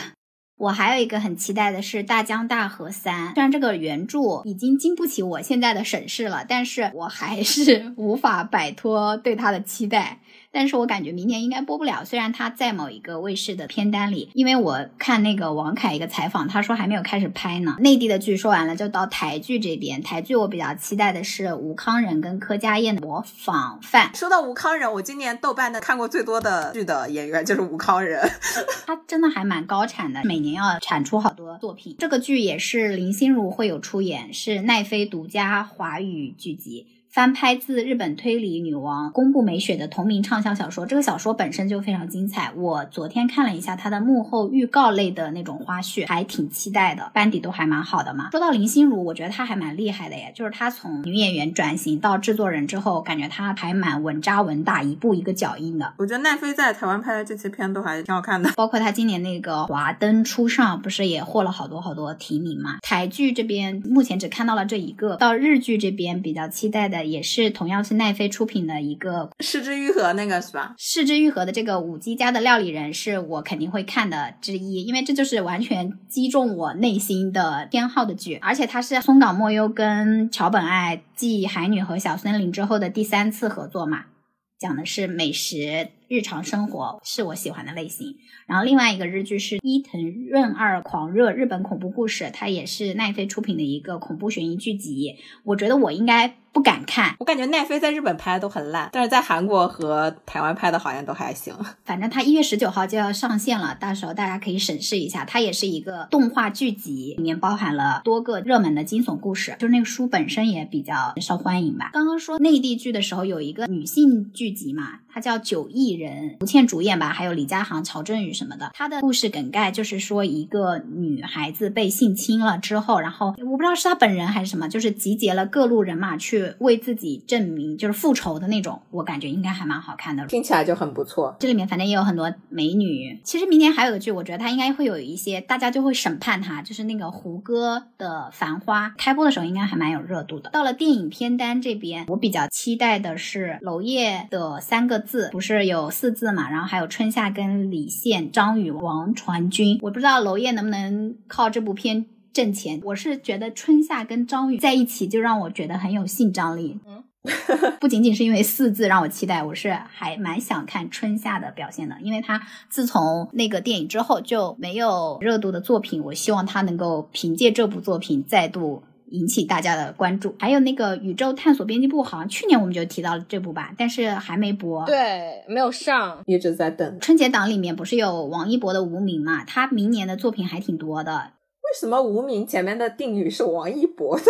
我还有一个很期待的是《大江大河三》，虽然这个原著已经经不起我现在的审视了，但是我还是无法摆脱对它的期待。但是我感觉明年应该播不了，虽然它在某一个卫视的片单里，因为我看那个王凯一个采访，他说还没有开始拍呢。内地的剧说完了，就到台剧这边。台剧我比较期待的是吴康仁跟柯佳燕的《模仿犯》，
说到吴康仁，我今年豆瓣的看过最多的剧的演员就是吴康仁。
他真的还蛮高产的，每年要产出好多作品。这个剧也是林心如会有出演，是奈飞独家华语剧集。翻拍自日本推理女王宫部美雪的同名畅销小说，这个小说本身就非常精彩。我昨天看了一下它的幕后预告类的那种花絮，还挺期待的，班底都还蛮好的嘛。说到林心如，我觉得她还蛮厉害的耶，就是她从女演员转型到制作人之后，感觉她还蛮稳扎稳打，一步一个脚印的。
*laughs* 我觉得奈飞在台湾拍的这些片都还挺好看的。
包括他今年那个《华灯初上》，不是也获了好多好多提名嘛？台剧这边目前只看到了这一个，到日剧这边比较期待的也是同样是奈飞出品的一个
失之愈合那个是
《
吧？
世之愈合》的这个五姬家的料理人，是我肯定会看的之一，因为这就是完全击中我内心的偏好的剧，而且它是松冈莫优跟桥本爱继《海女和小森林》之后的第三次合作嘛。讲的是美食、日常生活，是我喜欢的类型。然后另外一个日剧是伊藤润二《狂热日本恐怖故事》，它也是奈飞出品的一个恐怖悬疑剧集。我觉得我应该不敢看，
我感觉奈飞在日本拍的都很烂，但是在韩国和台湾拍的好像都还行。
反正它一月十九号就要上线了，到时候大家可以审视一下。它也是一个动画剧集，里面包含了多个热门的惊悚故事，就是那个书本身也比较受欢迎吧。刚刚说内地剧的时候，有一个女性剧集嘛，它叫《九亿人》，吴倩主演吧，还有李佳航、曹振宇什么的。它的故事梗概就是说，一个女孩子被性侵了之后，然后我不知道是她本人还是什么，就是集结了各路人马去为自己证明，就是复仇的那种。我感觉应该还蛮好看的。
听起来就很不错。
这里面反正也有很多美女。其实明年还有个剧，我觉得它应该会有一些大家就会审判它，就是那个胡歌的《繁花》，开播的时候应该还蛮有热度的。到了电影片单这边，我比较期待的是娄烨的《三个字，不是有四字嘛？然后还有春夏跟李现、张宇、王传君。我不知道娄烨能不能靠这部片挣钱。我是觉得春夏跟张宇在一起，就让我觉得很有性张力。嗯，不仅仅是因为四字让我期待，我是还蛮想看春夏的表现的，因为他自从那个电影之后就没有热度的作品，我希望他能够凭借这部作品再度引起大家的关注。还有那个《宇宙探索编辑部》，好像去年我们就提到了这部吧，但是还没播。
对，没有上，
一直在等。
春节档里面不是有王一博的《无名》嘛？他明年的作品还挺多的，
为什么无名前面的定语是王一
*laughs*
博的？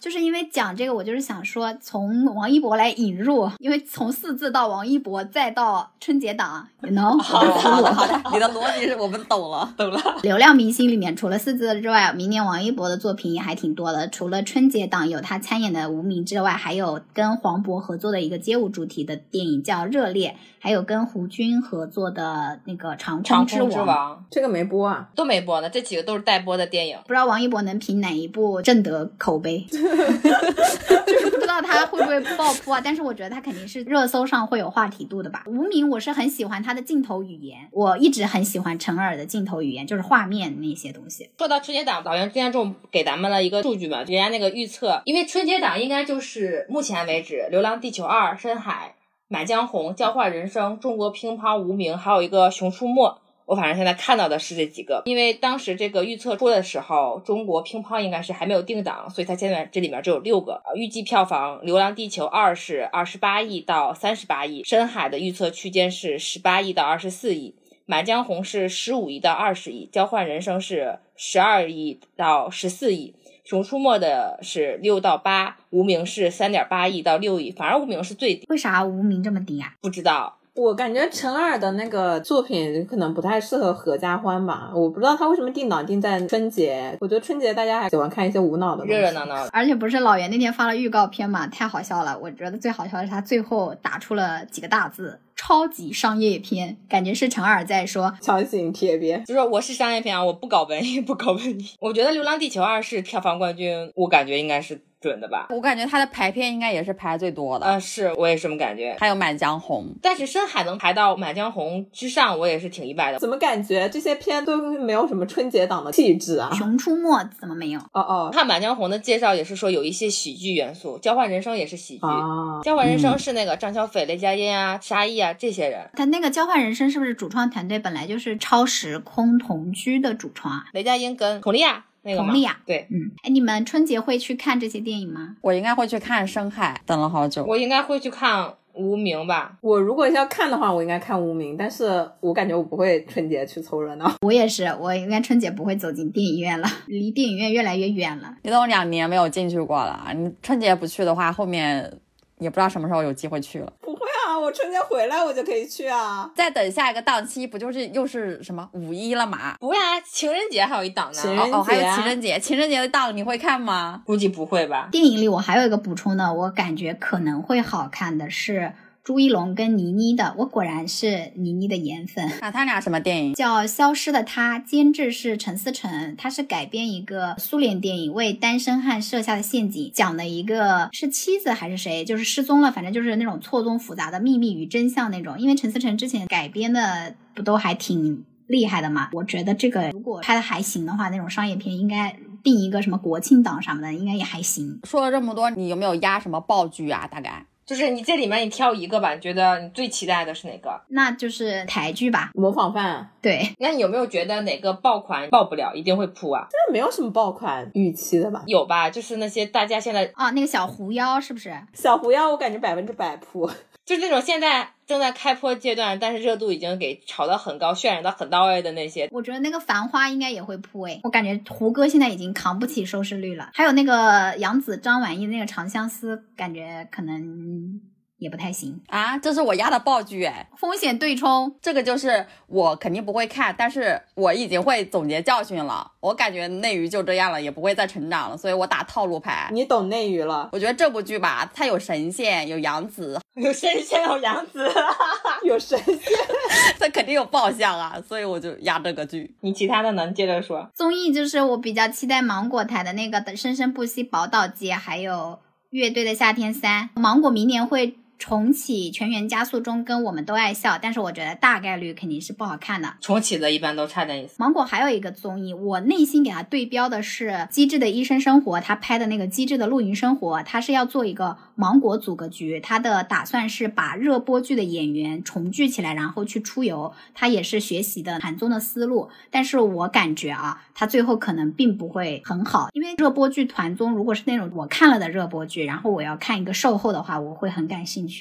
就是因为讲这个，我就是想说，从王一博来引入，因为从四字到王一博，再到春节档，you know？
好的，好 *laughs* 的，好的，你的逻辑是我们懂了，懂了。
流量明星里面，除了四字之外，明年王一博的作品也还挺多的。除了春节档有他参演的《无名》之外，还有跟黄渤合作的一个街舞主题的电影叫《热烈》，还有跟胡军合作的那个《长
长
空
空之
王》。
王
这个没播啊，
都没播呢，这几个都是待播的电影。
不知道王一博能凭哪一部挣得口碑， *laughs* 就是不知道他会不会爆破啊。但是我觉得他肯定是热搜上会有话题度的吧。无名我是很喜欢他的镜头语言，我一直很喜欢陈耳的镜头语言，就是画面那些东西。
说到春节档，导演之前中午给咱们了一个数据嘛，人家那个预测，因为春节档应该就是目前为止，《流浪地球二》《深海》《满江红》《交换人生》《中国乒乓》《无名》，还有一个《熊出没》。我反正现在看到的是这几个，因为当时这个预测出的时候，中国乒乓应该是还没有定档，所以它现在这里面只有六个。呃预计票房《流浪地球二》是二十八亿到三十八亿，《深海》的预测区间是十八亿到二十四亿，《满江红》是十五亿到二十亿，《交换人生》是十二亿到十四亿，《熊出没》的是六到八，《无名》是三点八亿到六亿，反而《无名》是最低，
为啥无名这么低啊？
不知道。
我感觉陈二的那个作品可能不太适合合家欢吧，我不知道他为什么定档定在春节。我觉得春节大家还喜欢看一些无脑的东西
热热闹闹的。
而且不是老袁那天发了预告片嘛，太好笑了。我觉得最好笑的是他最后打出了几个大字“超级商业片”，感觉是陈耳在说
强行贴边。
就是我是商业片啊，我不搞文艺， *laughs* 不搞文艺。我觉得《流浪地球二》是票房冠军，我感觉应该是准的吧。
我感觉他的排片应该也是排最多的，
啊，是我也是这么感觉。
还有《满江红》。
但是深海能排到《满江红》之上，我也是挺意外的。
怎么感觉这些片都没有什么春节档的气质
*laughs*
啊？
《熊出没》怎么没有？
哦哦，
看《满江红》的介绍也是说有一些喜剧元素，《交换人生》也是喜剧，
啊
交换人生》是那个张小斐、雷佳音啊、沙溢啊这些人。
他那个交换人生是不是主创团队本来就是超时空同居的主创啊？
雷佳音跟佟丽娅那个吗
佟丽娅
对，
嗯，哎，你们春节会去看这些电影吗？
我应该会去看《深海》，等了好久。
我应该会去看《无名》吧。
我如果要看的话，我应该看《无名》，但是我感觉我不会春节去凑热闹。 *laughs*
我也是，我应该春节不会走进电影院了，离电影院越来越远了。
你都两年没有进去过了，啊你春节不去的话，后面也不知道什么时候有机会去了。
不会啊，我春节回来我就可以去啊。
再等下一个档期，不就是又是什么五一了嘛？
不会啊，情人节还有一档
情
呢。
人节啊
哦哦，还有情人节，情人节的档你会看吗？
估计不会吧？
电影里我还有一个补充的，我感觉可能会好看的是朱一龙跟倪妮的，我果然是倪妮的颜粉。
那啊他俩什么电影？
叫《消失的她》，监制是陈思诚，他是改编一个苏联电影《为单身汉设下的陷阱》，讲的一个是妻子还是谁，就是失踪了，反正就是那种错综复杂的秘密与真相那种。因为陈思诚之前改编的不都还挺厉害的嘛，我觉得这个如果拍的还行的话，那种商业片应该定一个什么国庆档什么的，应该也还行。
说了这么多，你有没有压什么爆剧啊？大概
就是你这里面你挑一个吧，你觉得你最期待的是哪个？
那就是台剧吧，
模仿犯
对，
那你有没有觉得哪个爆款爆不了，一定会扑啊？
这没有什么爆款预期的吧？
有吧？就是那些大家现在
啊，那个小狐妖是不是？
小狐妖我感觉百分之百扑。
就是那种现在正在开播阶段，但是热度已经给炒到很高，渲染到很到位的
*laughs*
那些。
我觉得那个《繁花》应该也会扑诶，我感觉胡歌现在已经扛不起收视率了。还有那个杨紫、张晚意的那个《长相思》，感觉可能也不太行。
啊，这是我压的爆剧哎，
风险对冲，
这个就是我肯定不会看，但是我已经会总结教训了。我感觉内娱就这样了，也不会再成长了，所以我打套路牌。
你懂内娱了，
我觉得这部剧吧，它有神仙，有杨紫，
有哦神仙，有杨紫，
有神仙。
它肯定有爆相啊，所以我就压这个剧。
你其他的呢？你接着说。
综艺就是我比较期待芒果台的那个《生生不息》《宝岛街》，还有《乐队的夏天三》。芒果明年会重启《全员加速》中跟我们都爱笑，但是我觉得大概率肯定是不好看的。
重启的一般都差点意思。
芒果还有一个综艺，我内心给它对标的是《机智的医生生活》，他拍的那个《机智的露营生活》，他是要做一个芒果组个局，他的打算是把热播剧的演员重聚起来，然后去出游。他也是学习的韩综的思路，但是我感觉啊，他最后可能并不会很好，因为热播剧团综如果是那种我看了的热播剧，然后我要看一个售后的话，我会很感兴趣。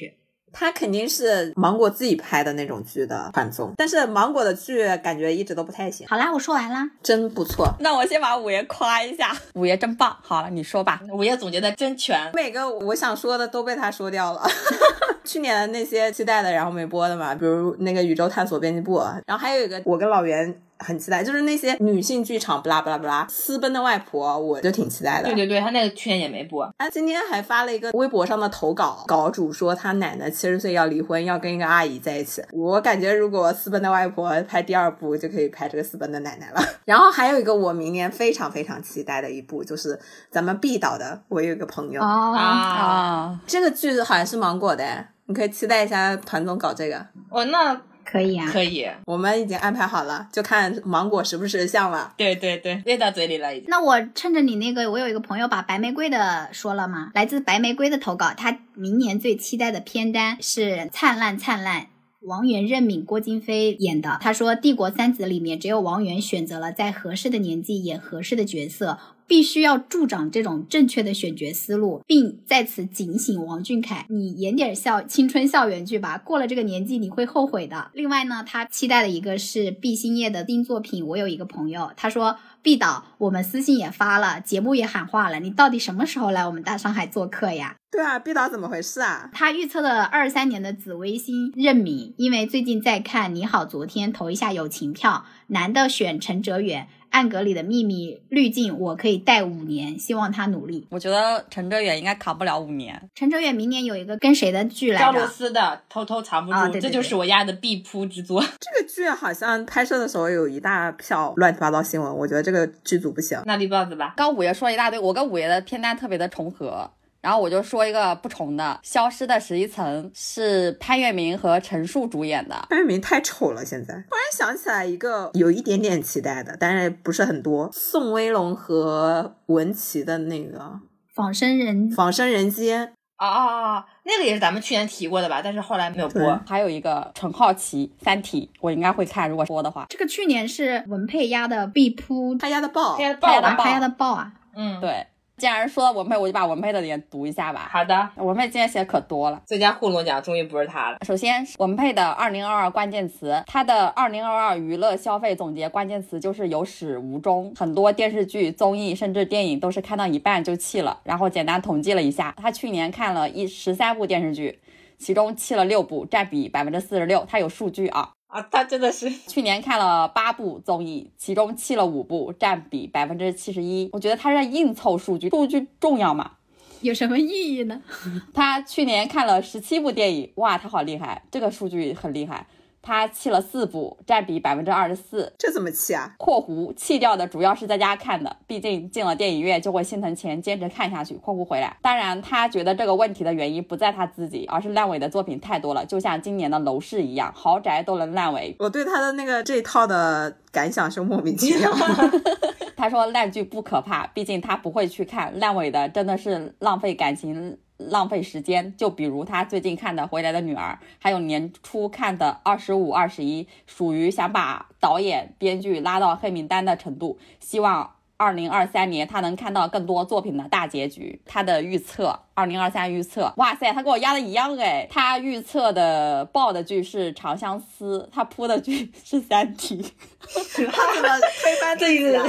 它肯定是芒果自己拍的那种剧的团综，但是芒果的剧感觉一直都不太行。
好啦，我说完啦，
真不错。
那我先把五爷夸一下，五爷真棒。好了，你说吧，
五爷总结的真全，
每个我想说的都被他说掉了。 *laughs* 去年的那些期待的，然后没播的嘛，比如那个《宇宙探索编辑部》，然后还有一个我跟老袁。很期待，就是那些女性剧场，不啦不啦不啦，私奔的外婆，我就挺期待的。
对对对，他那个去年也没播。
他今天还发了一个微博上的投稿，稿主说他奶奶七十岁要离婚，要跟一个阿姨在一起。我感觉如果私奔的外婆拍第二部，就可以拍这个私奔的奶奶了。 *laughs* 然后还有一个我明年非常非常期待的一部，就是咱们毕导的，我有一个朋友
啊，
这个剧好像是芒果的，你可以期待一下团总搞这个。
哦，那。
可以啊，
可以，
我们已经安排好了，就看芒果识不识相了。
对对对，喂到嘴里了已经。
那我趁着你那个，我有一个朋友把白玫瑰的说了吗？来自白玫瑰的投稿，他明年最期待的片单是《灿烂灿烂》。王源、任敏、郭京飞演的。他说，《帝国三子》里面只有王源选择了在合适的年纪演合适的角色，必须要助长这种正确的选角思路，并在此警醒王俊凯：你演点校青春校园剧吧，过了这个年纪你会后悔的。另外呢，他期待的一个是毕星业的新作品。我有一个朋友，他说。毕导，我们私信也发了，节目也喊话了，你到底什么时候来我们大上海做客呀？
对啊，毕导怎么回事啊？
他预测的二三年的紫微星任敏，因为最近在看《你好，昨天》，投一下友情票。男的选陈哲远，《暗格里的秘密》滤镜我可以戴五年，希望他努力。
我觉得陈哲远应该扛不了五年。
陈哲远明年有一个跟谁的剧来着？
赵露思的《偷偷藏不住》
啊对对对，
这就是我压的必扑之作。 *laughs*
这个剧好像拍摄的时候有一大票乱七八糟新闻，我觉得这个剧组不行。
那绿帽子吧，
刚五爷说了一大堆，我跟五爷的片单特别的重合。然后我就说一个不重的，《消失的十一层》是潘粤明和陈数主演的。
潘粤明太丑了，现在突然想起来一个有一点点期待的，但是不是很多。宋威龙和文琪的那个《
仿生人》，
仿生人间。
啊啊啊！那个也是咱们去年提过的吧，但是后来没有播。
还有一个纯好奇，《三体》，我应该会看，如果播的话。
这个去年是文佩压的必扑，
他压的爆，
他压的
他压的
爆吧，
爆
他压的爆啊！
嗯，
对，既然说到文佩，我就把文佩的也读一下吧。
好的，
文佩今天写的可多了。
最佳互动奖终于不是他了。
首先，文佩的二零二二关键词，他的二零二二娱乐消费总结关键词就是有始无终。很多电视剧、综艺甚至电影都是看到一半就弃了。然后简单统计了一下，他去年看了一十三部电视剧，其中弃了六部，占比百分之四十六。他有数据啊。
啊，他真的是 *laughs*
去年看了八部综艺，其中弃了五部，占比百分之七十一。我觉得他是在硬凑数据，数据重要嘛？
有什么意义呢？
他去年看了十七部电影，哇，他好厉害，这个数据很厉害。他弃了四部，占比百分之二十四。
这怎么气啊？
括弧弃掉的主要是在家看的，毕竟进了电影院就会心疼钱，坚持看下去。括弧回来，当然他觉得这个问题的原因不在他自己，而是烂尾的作品太多了，就像今年的楼市一样，豪宅都能烂尾。
我对他的那个这一套的感想是莫名其妙。
他说烂剧不可怕，毕竟他不会去看烂尾的，真的是浪费感情、浪费时间。就比如他最近看的《回来的女儿》，还有年初看的《二十五二十一》，属于想把导演、编剧拉到黑名单的程度。希望二零二三年他能看到更多作品的大结局。他的预测，二零二三预测，哇塞，他跟我压的一样哎。他预测的爆的剧是《长相思》，他扑的剧是《三体》。
他怎么推翻自己啊？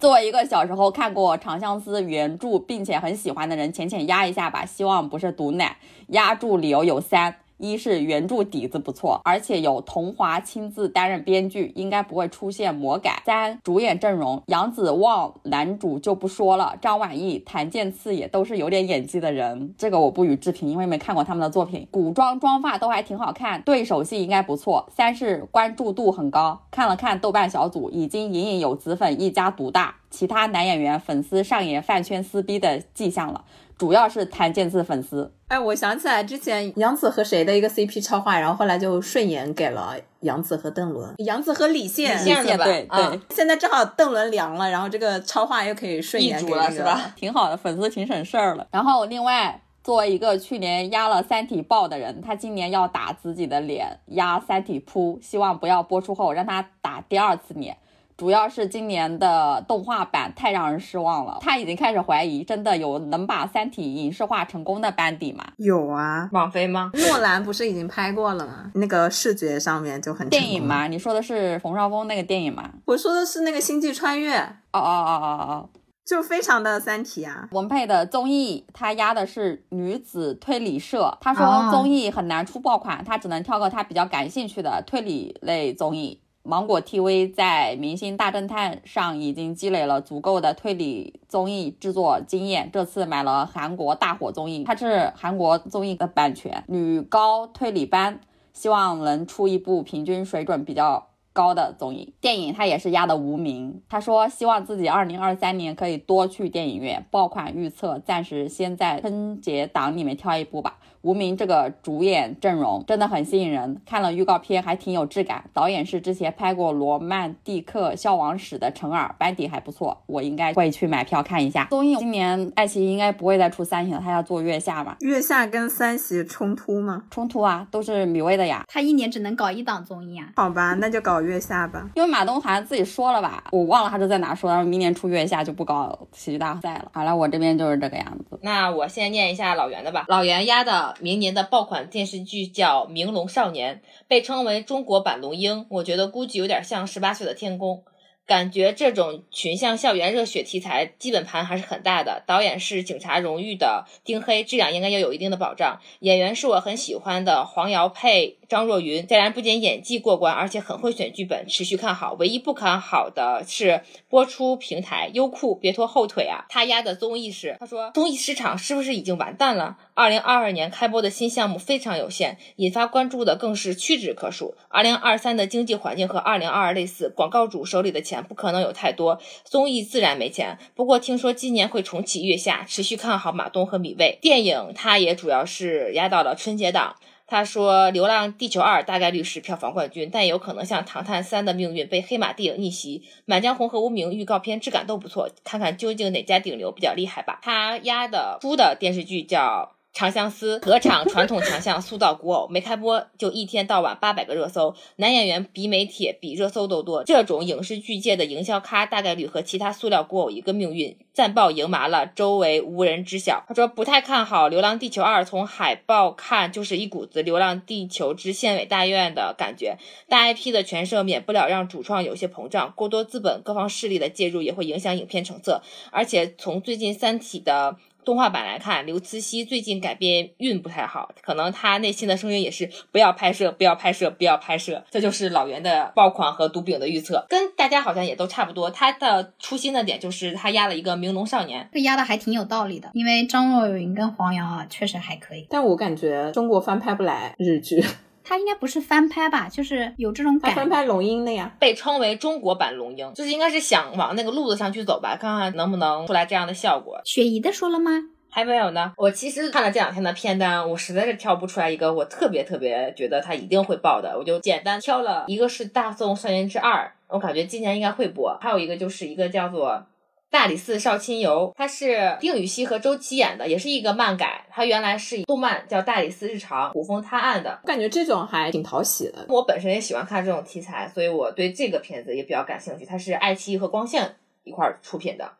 作为一个小时候看过《长相思》原著并且很喜欢的人，浅浅压一下吧，希望不是毒奶。压住理由有三：一是原著底子不错，而且有桐华亲自担任编剧，应该不会出现魔改；三，主演阵容杨子旺男主就不说了，张晚意、谭健次也都是有点演技的人，这个我不予置评，因为没看过他们的作品。古装妆发都还挺好看，对手戏应该不错。三是关注度很高，看了看豆瓣小组，已经隐隐有子粉一家独大。其他男演员粉丝上演饭圈撕逼的迹象了，主要是谭健次粉丝。
哎，我想起来之前杨紫和谁的一个 CP 超话，然后后来就顺延给了杨紫和邓伦，杨紫和李现，
李现的吧
对对、
啊
现在正好邓伦凉了，然后这个超话又可以顺延
易
给
主了
那
是
个
吧？挺好的，粉丝挺省事儿了。然后另外，作为一个去年压了《三体》爆的人，他今年要打自己的脸，压《三体》扑，希望不要播出后让他打第二次脸。主要是今年的动画版太让人失望了，他已经开始怀疑，真的有能把《三体》影视化成功的班底吗？
有啊，
网飞吗？
诺兰不是已经拍过了吗？那个视觉上面就很
电影吗？你说的是冯绍峰那个电影吗？
我说的是那个《星际穿越》，
哦哦哦哦哦，
就非常的《三体》啊。
文佩的综艺，他压的是女子推理社。他说
哦
综艺很难出爆款，他只能挑个他比较感兴趣的推理类综艺。芒果 TV 在《明星大侦探》上已经积累了足够的推理综艺制作经验，这次买了韩国大火综艺，它是韩国综艺的版权。女高推理班希望能出一部平均水准比较高的综艺。电影他也是压的无名，他说希望自己二零二三年可以多去电影院。爆款预测暂时先在春节档里面挑一部吧。无名这个主演阵容真的很吸引人，看了预告片还挺有质感。导演是之前拍过《罗曼蒂克消亡史》的陈耳，班底还不错，我应该会去买票看一下。综艺今年爱奇艺应该不会再出三星了，他要做月下嘛？
月下跟三喜冲突吗？
冲突啊，都是米未的呀。
他一年只能搞一档综艺啊。
好吧，那就搞月下吧。
因为马东好像自己说了吧，我忘了他是在哪说，然后明年出月下就不搞喜剧大赛了。好了，我这边就是这个样子。
那我先念一下老袁的吧。老袁压的明年的爆款电视剧叫《明龙少年》，被称为中国版龙樱。我觉得估计有点像《十八岁的天宫》，感觉这种群像校园热血题材基本盘还是很大的。导演是警察荣誉的丁黑，质量应该要有一定的保障。演员是我很喜欢的黄瑶配张若昀，这俩人不仅演技过关，而且很会选剧本，持续看好。唯一不看好的是播出平台优酷，别拖后腿啊！他压的综艺是，他说综艺市场是不是已经完蛋了？二零二二年开播的新项目非常有限，引发关注的更是屈指可数。二零二三的经济环境和二零二二类似，广告主手里的钱不可能有太多，综艺自然没钱。不过听说今年会重启月下，持续看好马东和米未。电影它也主要是压到了春节档。他说，《流浪地球二》大概率是票房冠军，但有可能像《唐探三》的命运被黑马电影逆袭。《满江红》和《无名》预告片质感都不错，看看究竟哪家顶流比较厉害吧。他压的出的电视剧叫。长相思河场传统强项塑造古偶，没开播就一天到晚八百个热搜，男演员比美帖比热搜都多。这种影视剧界的营销咖，大概率和其他塑料古偶一个命运，战报赢麻了，周围无人知晓。他说不太看好《流浪地球二》，从海报看就是一股子《流浪地球之县委大院》的感觉。大 IP 的全摄免不了让主创有些膨胀，过多资本各方势力的介入也会影响影片成色。而且从最近《三体》的动画版来看，刘慈欣最近改变运不太好，可能他内心的声音也是不要拍摄，不要拍摄，不要拍摄。这就是老袁的爆款和毒饼的预测，跟大家好像也都差不多。他的初心的点就是他压了一个《明龙少年》，
这压的还挺有道理的，因为张若昀跟黄瑶啊，确实还可以。
但我感觉中国翻拍不来日
*laughs*
剧，
他应该不是翻拍吧，就是有这种
他
感
翻拍龙樱的呀。
被称为中国版龙樱，就是应该是想往那个路子上去走吧，看看能不能出来这样的效果。
雪姨的说了吗？
还没有呢。我其实看了这两天的片单，我实在是挑不出来一个我特别特别觉得它一定会爆的，我就简单挑了一个是《大宋少年之二》，我感觉今年应该会播；还有一个就是一个叫做《大理寺少亲游》，它是丁禹兮和周琦演的，也是一个漫改，它原来是动漫叫《大理寺日常》古风探案的。
我感觉这种还挺讨喜的。
我本身也喜欢看这种题材，所以我对这个片子也比较感兴趣。它是爱奇艺和光线一块儿出品的。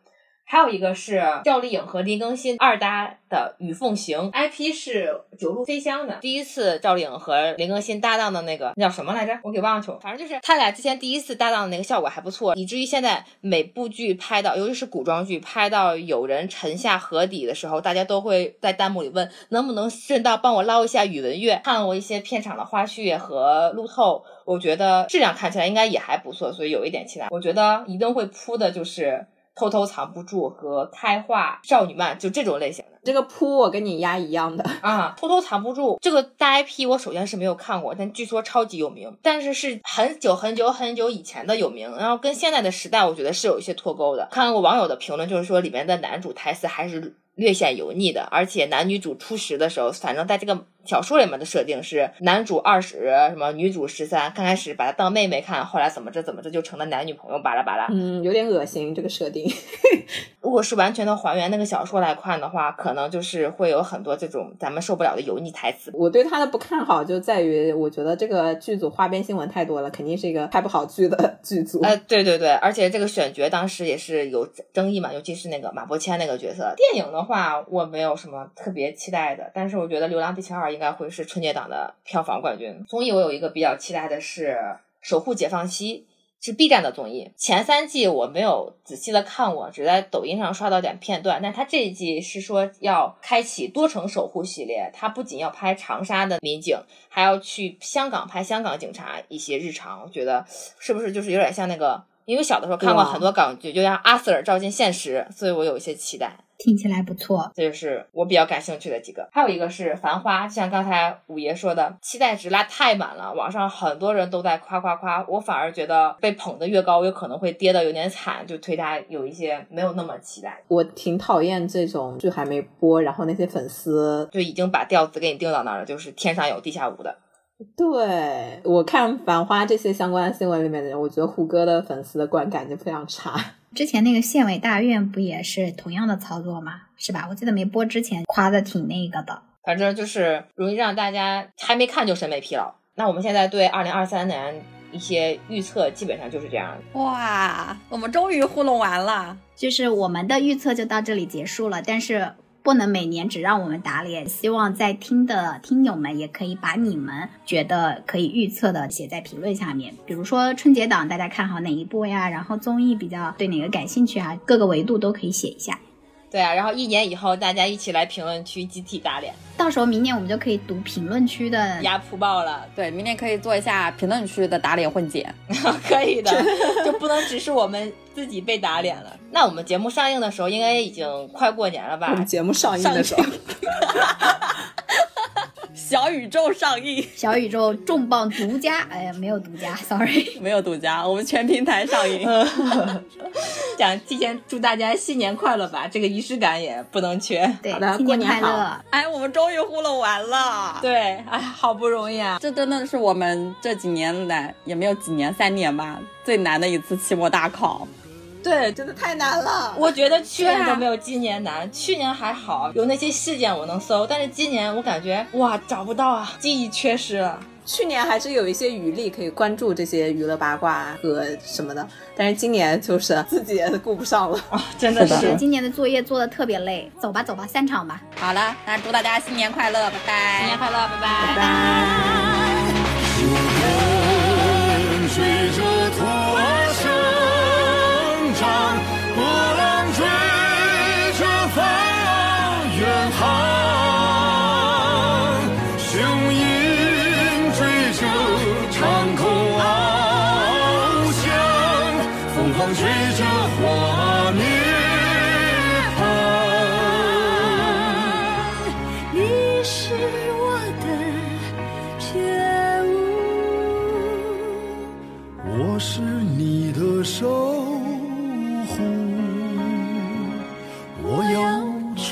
还有一个是赵丽颖和林更新二搭的《与凤行》，IP 是九路飞香的。第一次赵丽颖和林更新搭档的那个那叫什么来着？我给忘了，反正就是他俩之前第一次搭档的那个效果还不错，以至于现在每部剧拍到，尤其是古装剧拍到有人沉下河底的时候，大家都会在弹幕里问能不能顺道帮我捞一下宇文玥。看过一些片场的花絮和路透，我觉得质量看起来应该也还不错，所以有一点期待。我觉得一定会扑的就是偷偷藏不住和开化少女漫，就这种类型的。
这个铺我跟你丫一样的 *laughs*
啊，偷偷藏不住这个大 IP，我首先是没有看过，但据说超级有名，但是是很久很久很久以前的有名，然后跟现在的时代我觉得是有一些脱钩的。看过网友的评论，就是说里面的男主台词还是略显油腻的，而且男女主初识的时候，反正在这个小说里面的设定是男主二十，什么女主十三，刚开始把她当妹妹看，后来怎么着怎么着就成了男女朋友，巴拉巴拉。
嗯，有点恶心这个设定。 *laughs*
如果是完全的还原那个小说来看的话，可能就是会有很多这种咱们受不了的油腻台词。
我对他的不看好就在于，我觉得这个剧组花边新闻太多了，肯定是一个拍不好剧的剧组。
哎，对对对，而且这个选角当时也是有争议嘛，尤其是那个马伯骞那个角色。电影的话，我没有什么特别期待的，但是我觉得《流浪地球二》应该会是春节档的票房冠军。综艺我有一个比较期待的是《守护解放西》。是 B 站的综艺，前三季我没有仔细的看过，只在抖音上刷到点片段。但它这一季是说要开启多城守护系列，它不仅要拍长沙的民警，还要去香港拍香港警察一些日常。我觉得是不是就是有点像那个？因为小的时候看过很多港剧，就像阿 Sir 照进现实，所以我有一些期待。
听起来不错，
这就是我比较感兴趣的几个。还有一个是《繁花》，就像刚才五爷说的，期待值拉太满了，网上很多人都在夸夸夸，我反而觉得被捧得越高，有可能会跌的有点惨，就对它有一些没有那么期待。
我挺讨厌这种剧还没播，然后那些粉丝
就已经把调子给你定到那儿了，就是天上有地下无的。
对我看《繁花》这些相关新闻里面的人，我觉得胡歌的粉丝的观感就非常差。
之前那个县委大院不也是同样的操作吗？是吧？我记得没播之前夸的挺那个的，
反正就是容易让大家还没看就审美疲劳。那我们现在对二零二三年一些预测基本上就是这样。
哇，我们终于糊弄完了，
就是我们的预测就到这里结束了，但是。不能每年只让我们打脸，希望在听的听友们也可以把你们觉得可以预测的写在评论下面。比如说春节档大家看好哪一部呀？然后综艺比较对哪个感兴趣啊？各个维度都可以写一下。
对啊，然后一年以后大家一起来评论区集体打脸，
到时候明年我们就可以读评论区的
呀，铺爆了。
对，明年可以做一下评论区的打脸混剪，
可以的， *laughs* 就不能只是我们。自己被打脸了。那我们节目上映的时候，应该已经快过年了吧？
我们节目上映的时候，
小宇宙上映，
小宇宙重磅独家。哎呀，没有独家，sorry，
没有独家，我们全平台上映。
想提前祝大家新年快乐吧，这个仪式感也不能缺。 *laughs*
对，
好的，
新
过
年快乐！
哎，我们终于糊弄完 *laughs* 了。
对，哎，好不容易啊！
这真的是我们这几年来也没有几年，三年吧，最难的一次期末大考。
*laughs* 对，真的太难了。
我觉得去年都没有今年难，啊、去年还好有那些事件我能搜，但是今年我感觉哇找不到啊，记忆缺失了。
去年还是有一些余力可以关注这些娱乐八卦和什么的，但是今年就是自己也顾不上了
*laughs*
啊、
哦，真的是。
今年的作业做的特别累，走吧走吧，散场吧。
好了，那祝大家新年快乐，拜拜！
新年快乐，拜
拜！拜拜。波浪追着帆远航，雄鹰追着长空翱翔，疯狂追着火涅
啊
槃。你是我的觉悟，我是你的手。我要追。